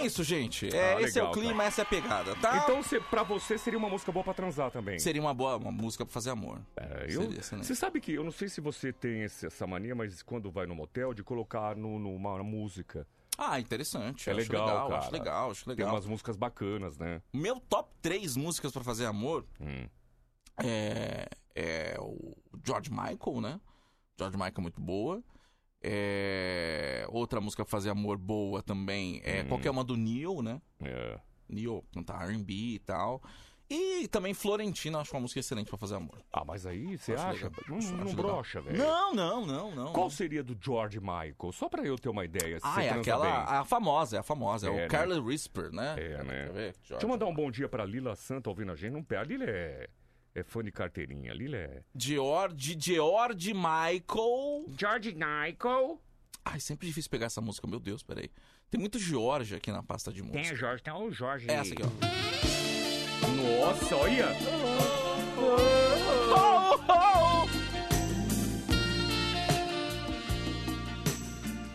É isso, gente. É, Ah, esse é o legal, clima, cara. essa é a pegada, tá? Então, cê, pra você, seria uma música boa pra transar também. Seria uma boa uma música pra fazer amor. É, Seria, eu, assim, né? você sabe que eu não sei se você tem esse- essa mania, mas quando vai no motel de colocar no, numa música Ah, interessante. É acho legal, legal, cara. acho legal, acho legal. Tem umas músicas bacanas, né? Hum. Meu top 3 músicas pra fazer amor é, é o George Michael, né? George Michael é muito boa. É, outra música pra fazer amor boa também é Hum. qualquer uma do Neil, né? É. Neil cantar R&B e tal. E também Florentina, acho uma música excelente pra fazer amor. Ah, mas aí você Acho acha? legal. Não, Acho- não acho brocha, legal. velho. Não, não, não, não. Qual seria do George Michael? Só pra eu ter uma ideia. se Ah, você é transa bem. aquela, a famosa, é a famosa, é, É, né? o Carly Whisper, né? É, né? Quer ver? Deixa eu mandar um bom dia pra Lila Santa ouvindo a gente. Não pera. A Lila é, é fã de carteirinha. A Lila é. George, George Michael. George Michael. Ai, sempre difícil pegar essa música, meu Deus, peraí. Tem muito George aqui na pasta de música. Tem o Jorge, tem o Jorge. É essa aqui, ó. Nossa, olha!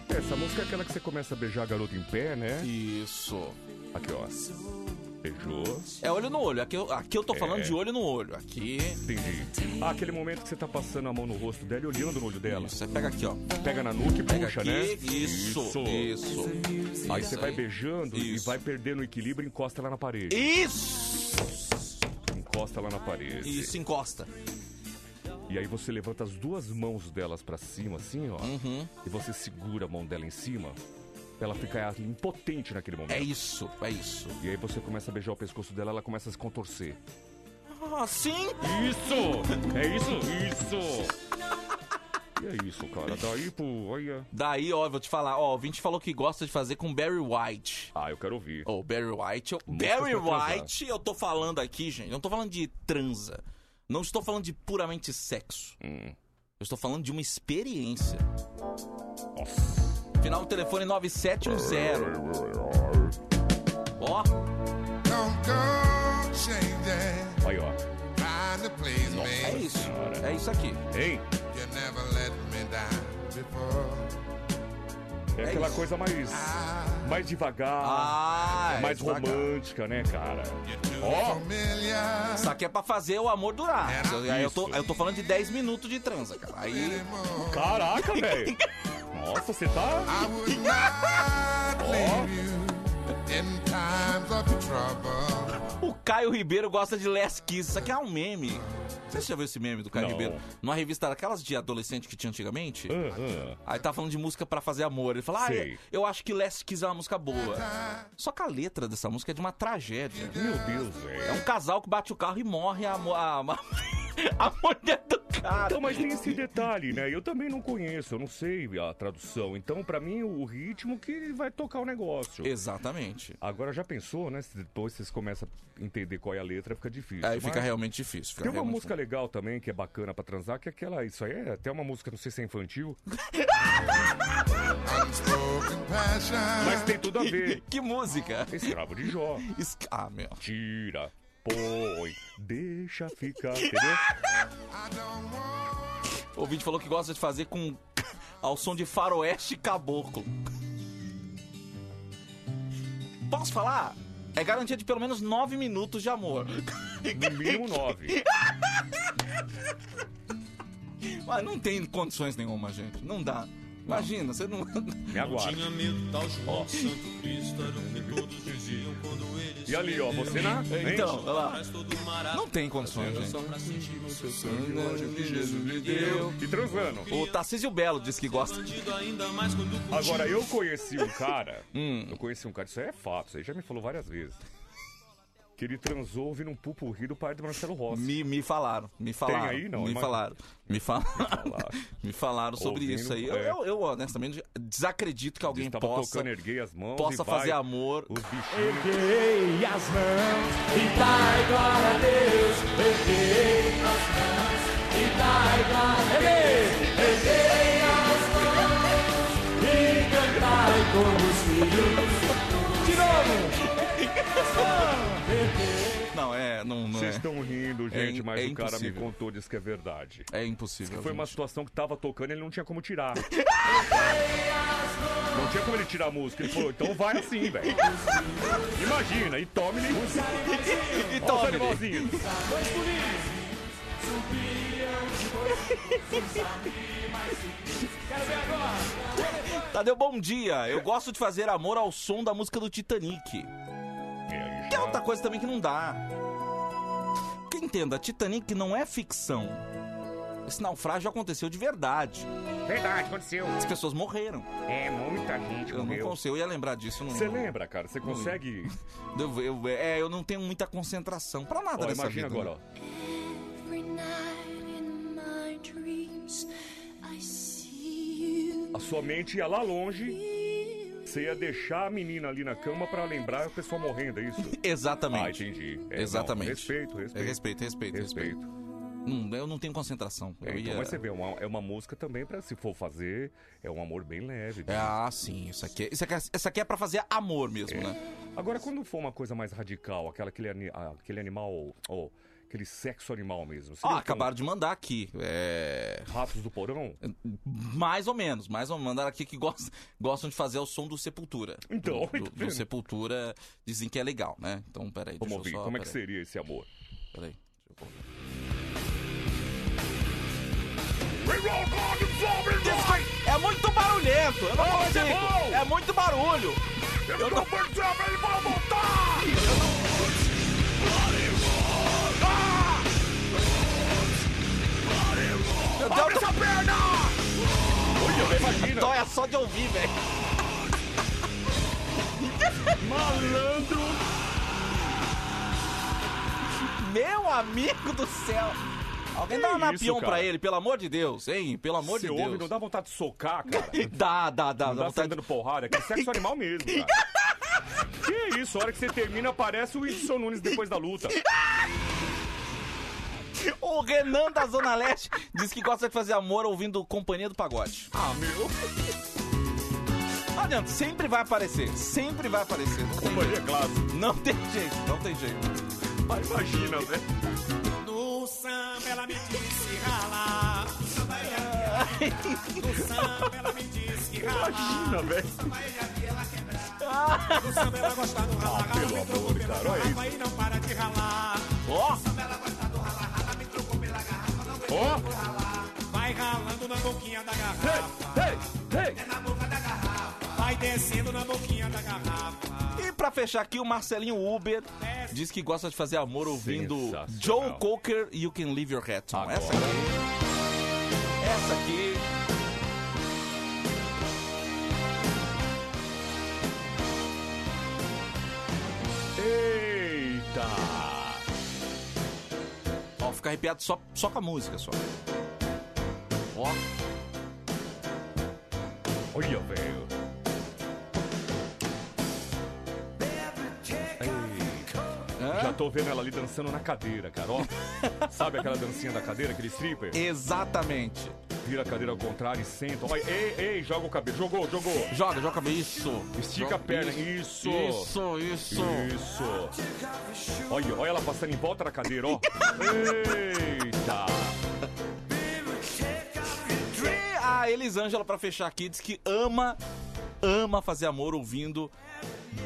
Essa música é aquela que você começa a beijar a garota em pé, né? Isso. Aqui, ó. Beijou. É olho no olho. Aqui, eu- aqui eu tô falando É. de olho no olho. Aqui. Entendi. Ah, aquele momento que você tá passando a mão no rosto dela e olhando no olho dela. Você pega aqui, ó. Pega na nuca e Pega puxa, aqui. né? Isso, isso. Aí Isso você vai aí. beijando e vai perdendo o equilíbrio e encosta lá na parede. Isso! Encosta lá na parede. Isso, encosta. E aí você levanta as duas mãos delas pra cima, assim, ó. Uhum. E você segura a mão dela em cima. pra Ela fica assim, impotente naquele momento. É isso, é isso. E aí você começa a beijar o pescoço dela, ela começa a se contorcer. Ah, Assim? sim! Isso! É isso? Isso! E é isso, cara. Daí, pô, olha. Daí, ó, vou te falar, ó, o Vinte falou que gosta de fazer com Barry White. Ah, eu quero ouvir. Ô, Barry White. eu- Músicas Barry pra transar. White, eu tô falando aqui, gente. Não tô falando de transa. Não estou falando de puramente sexo. Hum. Eu estou falando de uma experiência. Final do telefone 9710. Ó. Aí, ó. É isso. É isso aqui. Ei! É, É aquela isso. coisa mais. Mais devagar. Ah, é mais devagar. romântica, né, cara? Ó! Isso aqui é pra fazer o amor durar. Aí eu tô, eu tô falando de 10 minutos de transa, cara. Aí. Caraca, velho! Nossa, você tá. O Caio Ribeiro gosta de Last Kiss. Isso aqui é um meme. Você já viu esse meme do Caio Não. Ribeiro? Numa revista daquelas de adolescente que tinha antigamente. Aí tá falando de música pra fazer amor. Ele fala, ah, Sei. eu- eu acho que Last Kiss é uma música boa. Só que a letra dessa música é de uma tragédia. Meu Deus, É velho. um casal que bate o carro e morre a, mo- a, a mulher do cara. assim, Então, mas tem esse detalhe, né? Eu também não conheço, eu não sei a tradução. Então, pra mim, o ritmo que vai tocar o negócio. Exatamente. Agora já pensou, né? Se depois vocês começam a entender qual é a letra, fica difícil. Aí fica mas- realmente difícil. Fica Tem uma realmente música legal também que é bacana pra transar, que é aquela. Isso aí é até uma música, não sei se é infantil. mas tem tudo a ver. Que música? Escravo de Jó. Es- Ah, meu. Tira, põe, deixa ficar, entendeu? O ouvinte falou que gosta de fazer com ao som de faroeste e caboclo. Posso falar? É garantia de pelo menos nove minutos de amor. No mínimo nove. Mas não tem condições nenhuma, gente. Não dá. Imagina, você não. Me aguarde. Ó. E ali, ó, você na. hein? Então, olha lá. Não tem condições, gente. um E transando. O Tarcísio Belo disse que gosta. Agora, eu conheci um cara. Hum. Eu conheci um cara, isso aí é fato, isso aí já me falou várias vezes. Que ele transou ouvindo um pupurri do pai do Marcelo Rossi. Me, me falaram, me falaram. aí? Não, me imagina. falaram. Me falaram. falaram. me falaram sobre Ouvindo, isso aí. Eu, é. eu, eu, honestamente desacredito que alguém Tava possa tocando, erguei as mãos. possa e vai, fazer amor. Os bichinhos. Não, é, não, não Vocês é. estão rindo, gente, É- mas é o cara me impossível. contou, disse que é verdade. É impossível. Foi uma gente. situação que tava tocando e ele não tinha como tirar. Não tinha como ele tirar a música. Ele falou, então vai assim, velho. Imagina, e tome-lhe. E Olha os tome, animalzinhos. Tadeu, bom dia. Eu gosto de fazer amor ao som da música do Titanic. Que é outra coisa também que não dá. Porque entenda, Titanic não é ficção. Esse naufrágio aconteceu de verdade. Verdade, aconteceu. As pessoas morreram. É, muita gente Eu não morreu. consigo, eu ia lembrar disso. não- Você não- lembra, cara? Você não ia. consegue. Eu, eu- é, eu não tenho muita concentração pra nada Ó, nessa imagina vida. né? agora, ó. Every night in my dreams, I see you. A sua mente ia lá longe. Você ia deixar a menina ali na cama pra lembrar a pessoa morrendo, é isso? Exatamente. Ah, entendi. É, não, Exatamente. respeito, respeito. É, respeito, respeito, respeito. Não, eu não tenho concentração. É, eu então, ia- mas você vê, é uma, é uma música também pra se for fazer, é um amor bem leve. Ah, sim, isso aqui, isso aqui, isso aqui é pra fazer amor É, mesmo, né? Agora, quando for uma coisa mais radical, aquela, aquele, ani- ah, aquele animal, ó, aquele sexo animal mesmo. tá Ó, Ah, acabaram de mandar aqui. É... Ratos do porão? Mais ou menos, mais ou menos. Mandaram aqui que gostam, gostam de fazer o som do Sepultura. Então, do, do, tá vendo? do Sepultura dizem que é legal, né? Então, peraí, Vamos deixa ouvir, eu só... como é que peraí. seria esse amor? Peraí. Deixa eu É muito barulhento, eu não consigo. É muito barulho. Eu não ele vai voltar. Meu Deus, Abre essa perna! Dói é só de ouvir, velho. Malandro! Meu amigo do céu! Alguém Que dá uma isso, pion pra cara? ele, pelo amor de Deus, hein? Pelo amor Você de ouve, Deus. não dá vontade de socar, cara? Dá, dá, dá. Não dá vontade vontade dando porrada, é que é sexo animal mesmo, cara. que isso, a hora que você termina, aparece o Wilson Nunes depois da luta. O Renan da Zona Leste diz que gosta de fazer amor ouvindo Companhia do Pagode. Ah, meu. Não adianta, sempre vai aparecer. Sempre vai aparecer. Não tem jeito. Não tem jeito, não tem jeito. Mas Ah, imagina, né? velho. No samba ela me diz que rala. No samba ela me diz que rala. Imagina, velho. Ah. No samba ela gosta do ralar. rala, me trocou pela garrafa e não para de ralar. Ó. No samba ela gosta do ralar. rala, me trocou pela garrafa, não vem Ó. oh. ralar. Vai ralando na boquinha da garrafa. É na boca da garrafa. Vai descendo na boquinha da garrafa. E pra fechar aqui, o Marcelinho Uber diz que gosta de fazer amor ouvindo Joe Cocker You Can Leave Your Hat On. Essa aqui. Essa aqui. Eita! Ó, fica arrepiado só, só com a música, só. Ó. Olha, velho. Ei, Já tô vendo ela ali dançando na cadeira, cara. Ó, sabe aquela dancinha da cadeira, aquele stripper? Exatamente. Vira a cadeira ao contrário e senta. Olha, ei, ei, joga o cabelo. Jogou, jogou. Joga, joga cabelo. Isso. Estica Joga- a perna. Isso, Isso. isso, isso. Isso. Olha, olha ela passando em volta da cadeira, ó. Eita. E a Elisângela, pra fechar aqui, diz que ama, ama fazer amor ouvindo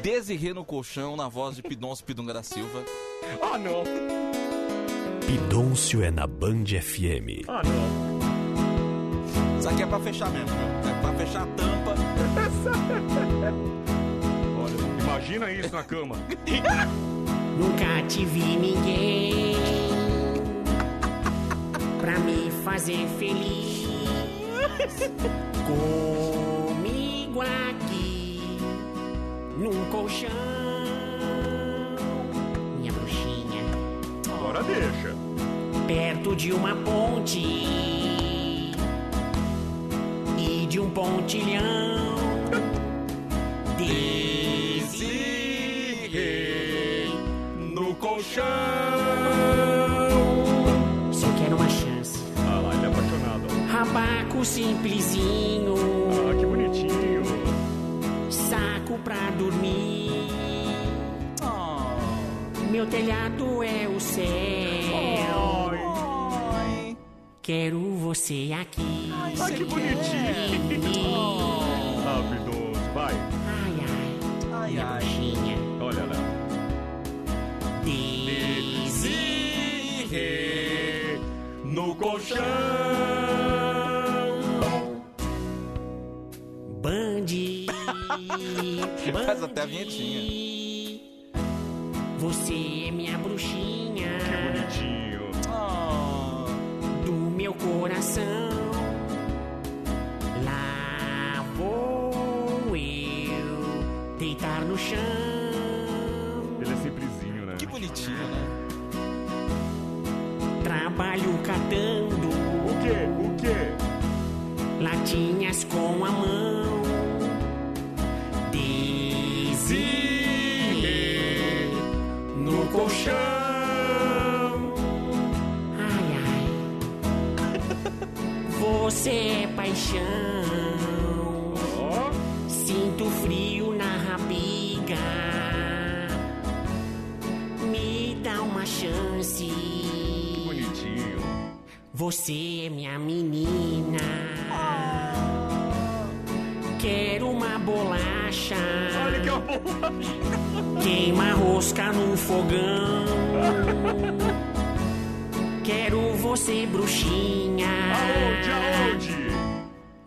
Desirê no colchão na voz de Pidoncio Pidunga da Silva. Ah, não. Pidoncio é na Band FM. Ah, não. Isso aqui é pra fechar mesmo, viu? É pra fechar a tampa. Olha, imagina isso na cama. Nunca te vi ninguém pra me fazer feliz. Comigo aqui num colchão, minha bruxinha. Agora deixa. Perto de uma ponte e de um pontilhão. Desirei no colchão. Só quero uma chance. Ah lá, ele é apaixonado. Rabaco simplesinho. Ah, que bonitinho. Saco pra dormir. Ah. Meu telhado é o céu. Quero você aqui. Ai, é. Ah, que bonitinho. Rápido, Ah, vai. Ai, ai. Minha bruxinha. Olha lá. Desirei no colchão. Band. Faz até a vinhetinha. Você é minha bruxinha. Oh, Que bonitinho. Do meu coração. Lá vou eu deitar no chão. Ele é simplesinho, né? Que bonitinho, né? Trabalho catando. O quê? O quê? Latinhas com a mão. Desirei no colchão. Ai, ai. Você é paixão. Sinto frio na rabiga. Me dá uma chance. Bonitinho. Você é minha menina. Quero uma bolacha. Olha que horror. Queima rosca no fogão. Quero você, bruxinha. Aonde, aonde?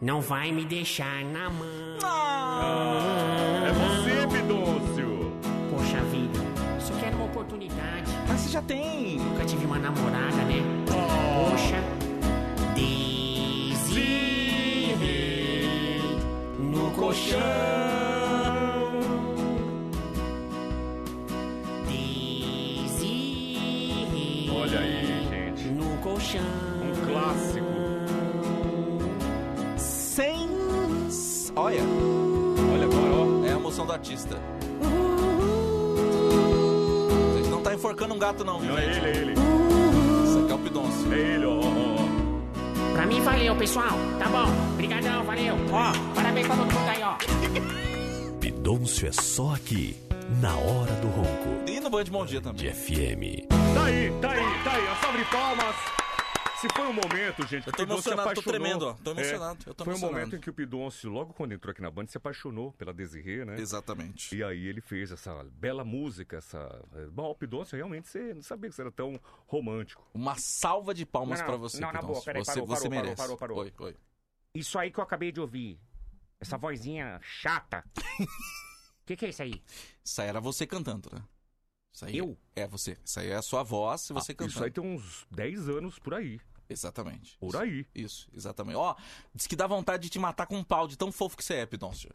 Não vai me deixar na mão. É você, Bidôncio. Poxa vida, só quero uma oportunidade. Mas você já tem. Nunca tive uma namorada, né? Poxa, desirei no colchão. Desirei Olha aí, gente. no colchão. Um clássico. Sem. Olha. Olha agora, ó. É a emoção do artista. Gente, não tá enforcando um gato, não, viu, Não, é gente? ele, é ele. Isso aqui é o Pidoncio. É ele, ó, ó, ó. Pra mim, valeu, pessoal. Tá bom. Obrigadão, valeu. Ó, parabéns pra todo mundo aí, ó. Pidoncio é só aqui, na hora do ronco. E no Band Bom Dia também. De FM. Tá aí, tá aí, tá aí. Uma salva de palmas. Se foi um momento, gente, que Eu o tô Pidoncio se emocionado, tô apaixonou. tremendo, ó. Tô É, emocionado, eu tô Foi um emocionado. momento em que o Pidoncio, logo quando entrou aqui na banda, se apaixonou pela Desirê, né? Exatamente. E aí ele fez essa bela música, essa... é, Bom, o Pidoncio, realmente, você não sabia que você era tão romântico. Uma salva de palmas Não, pra não, você, não, na Pidoncio. boa, peraí, você, parou, você parou, merece. parou, parou, parou. Oi, oi. Isso aí que eu acabei de ouvir. Essa vozinha chata. O que, que é isso aí? Isso aí era você cantando, né? Isso aí Eu? É você. Isso aí é a sua voz e você cantando. Ah, Isso aí tem uns 10 anos por aí. Exatamente. Por aí. Isso, exatamente. Ó, diz que dá vontade de te matar com um pau de tão fofo que você é, Pidoncio.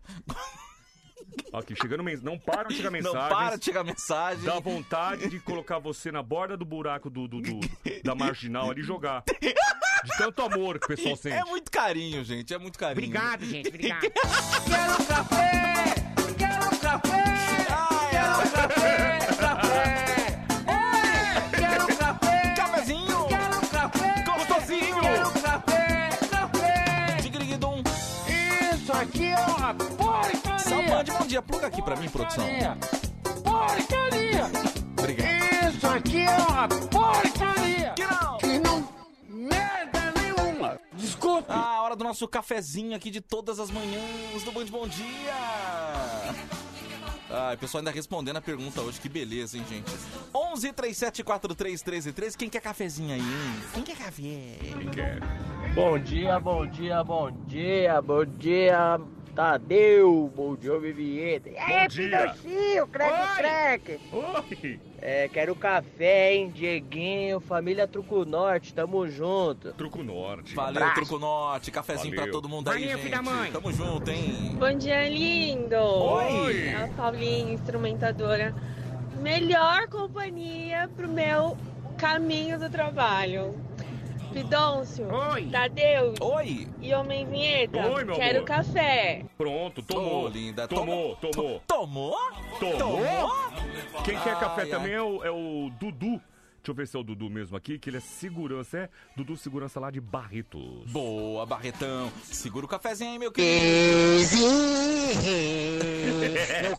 Aqui, chegando mens... Não para de chegar Não mensagens. para de chegar mensagem. Dá vontade de colocar você na borda do buraco do, do- do- da marginal ali e jogar. De tanto amor que o pessoal sente. É muito carinho, gente. É muito carinho. Obrigado, gente. Obrigado. Quero um café! Quero um café! Quero um café! Café! Oi! Quero um café! Cafezinho! Quero um café! Gostosinho! Quero um café! Café! Tigriguidum! Isso aqui é uma porcaria! Salvande, bom dia. Pluga aqui pra mim, produção. Porcaria! Porcaria! Obrigado. Isso aqui é uma porcaria! Que não! Que não merda nenhuma! Desculpe! Ah, a hora do nosso cafezinho aqui de todas as manhãs do Band Bom Dia! Ah, o pessoal ainda respondendo a pergunta hoje, que beleza, hein, gente? 11 37 43 13 13, quem quer cafezinho aí, hein? Quem quer café? Quem é? quer? Bom dia, bom dia, bom dia, bom dia, Tadeu, bom dia, Vivieta. É, E Bom É, aí, dia. Pidochinho, Oi. crack, crack. Oi! É, quero café, hein, Dieguinho, família Truco Norte, tamo junto. Truco Norte. Valeu, Abraço. Truco Norte, cafezinho Valeu. pra todo mundo aí, Valeu, gente. filho da mãe. Tamo junto, hein? Bom dia, lindo! Oi. É a Paulinha, instrumentadora. Melhor companhia pro meu caminho do trabalho. Pidoncio, Oi. Tadeu Oi! e Homem Vinheta. Oi, meu Quero amor. café. Pronto, tomou. Ô, linda. Tomou, Toma- tomou. Tomou? Tomou? Quem quer Ai, café ai. também é o, é o Dudu. Deixa eu ver se é o Dudu mesmo aqui, que ele é segurança. É Dudu Segurança lá de Barretos. Boa, Barretão. Segura o cafezinho aí, meu querido. No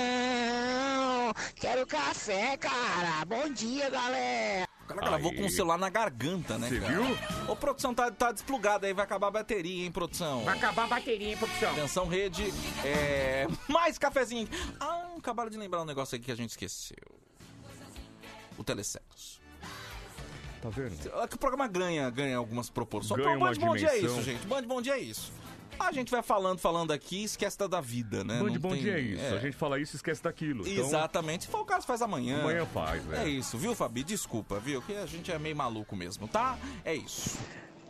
colchão! Quero café, cara! Bom dia, galera! Cara, gravou Aí. com o celular na garganta, né, Você cara? viu? Ô, produção, tá, tá desplugada aí, vai acabar a bateria, hein, produção? Vai acabar a bateria, hein, produção? Atenção, rede. É... Mais cafezinho. Ah, acabaram de lembrar um negócio aqui que a gente esqueceu. O telesexo. Tá vendo? É que o programa ganha, ganha algumas proporções. Ganha Pô, Band uma Bom Dia é dimensão. isso, gente. Band Bom Dia é isso. A gente vai falando, falando aqui e esquece da- da vida, né? Band Não Bom tem- Dia é isso. A gente fala isso e esquece daquilo. Então, Exatamente. Se for o caso, faz amanhã. Amanhã faz, é. é. isso, viu, Fabi? Desculpa, viu? Que a gente é meio maluco mesmo, tá? É isso.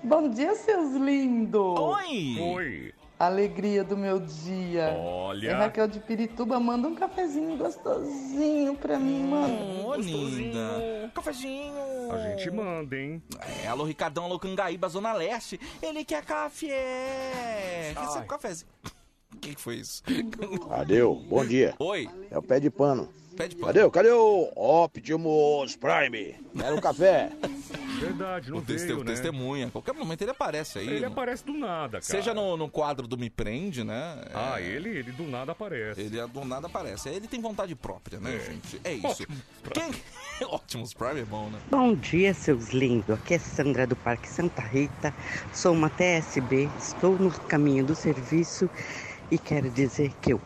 Bom dia, seus lindos! Oi! Oi! Alegria do meu dia. Olha. É Raquel de Pirituba, manda um cafezinho gostosinho pra mim, Hum, mano. Ô, Um linda. Cafezinho. A gente manda, hein? É, alô, Ricardão, alô, Cangaíba, Zona Leste. Ele quer É, café. Recebe Ai. um cafezinho. O que que foi isso? Cadê? Bom dia. Oi. É o pé de pano. Pé de pano. Cadê? Cadê o. Ó, pedimos Prime. Quero um café. Verdade, não o teste- veio, o né? testemunha. Qualquer momento ele aparece aí. Ele não- aparece do nada, cara. Seja no, no quadro do Me Prende, né? Ah, É, ele, ele do nada aparece. Ele é do nada aparece. Ele tem vontade própria, né, gente? É isso. Ótimo. Quem... Optimus Prime é bom, né? Bom dia, seus lindos. Aqui é Sandra do Parque Santa Rita. Sou uma TSB, estou no caminho do serviço e quero dizer que eu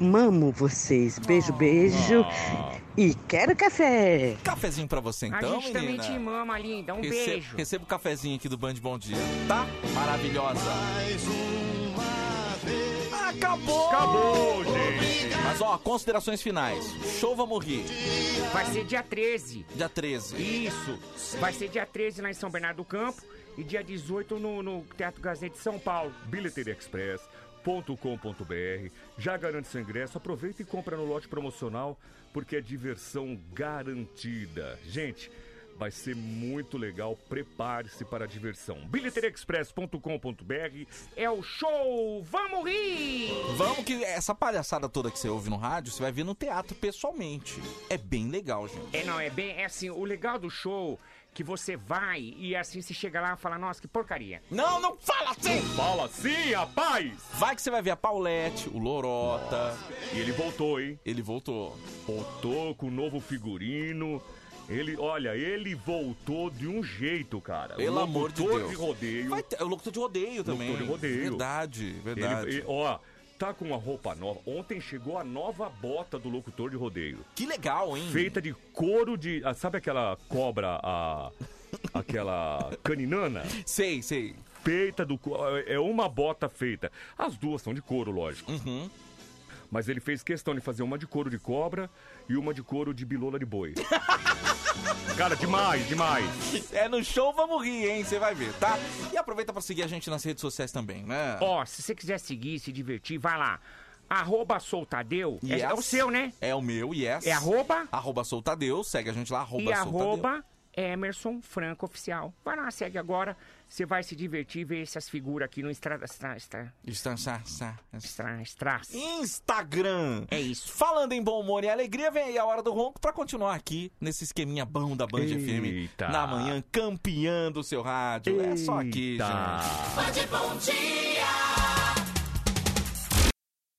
mamo vocês. Beijo, Ah. beijo. E quero café. Cafezinho pra você então, A gente também menina. te Mama linda, um Receba- beijo. Receba o cafezinho aqui do Band Bom Dia, tá? Maravilhosa. Acabou! Acabou, gente! Mas ó, considerações finais. Show vamos rir. Vai ser dia 13. Dia 13. Isso. Vai ser dia 13 lá em São Bernardo do Campo e dia 18 no, no Teatro Gazeta de São Paulo. bilheteriaexpress.com.br Já garante seu ingresso, aproveita e compra no lote promocional, porque é diversão garantida. Gente, vai ser muito legal, prepare-se para a diversão. bilheteriaexpress.com.br É o show Vamos Rir! Vamos que essa palhaçada toda que você ouve no rádio, você vai ver no teatro pessoalmente. É bem legal, gente. É, não, é bem, é assim, o legal do show que você vai e assim você chega lá e fala, nossa, que porcaria. Não, não fala assim! Fala assim, rapaz! Vai que você vai ver a Paulette, o Lorota. E ele voltou, hein? Ele voltou. Voltou com o novo figurino. Ele, olha, ele voltou de um jeito, cara. Pelo O amor de locutor Deus. rodeio. Vai ter, é o locutor de rodeio também. Locutor de rodeio. Verdade, Ele- verdade. ele- ó, tá com uma roupa nova. Ontem chegou a nova bota do locutor de rodeio. Que legal, hein? Feita de couro de. ah, sabe aquela cobra, a. aquela caninana? Sei, sei. Feita do. co- É uma bota feita. As duas são de couro, lógico. Uhum. Mas ele fez questão de fazer uma de couro de cobra e uma de couro de bilola de boi. Cara, demais, demais. É no show Vamos Rir, hein? Você vai ver, tá? E aproveita pra seguir a gente nas redes sociais também, né? Ó, se você quiser seguir, se divertir, vai lá. Arroba Soltadeu. É- É o seu, né? É o meu, yes. É arroba? Arroba Soltadeu, segue a gente lá, arroba e Soltadeu. arroba Emerson Franco Oficial. Vai lá, segue agora. Você vai se divertir, ver essas figuras aqui no estra... estra, estra, Está- sa- sa- estra, estra. Instagram. É isso. Falando em bom humor e alegria, vem aí a hora do ronco pra continuar aqui nesse esqueminha bom da Band Eita. FM na manhã, campeã do seu rádio. É só aqui, gente. Bom dia!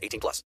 18 plus.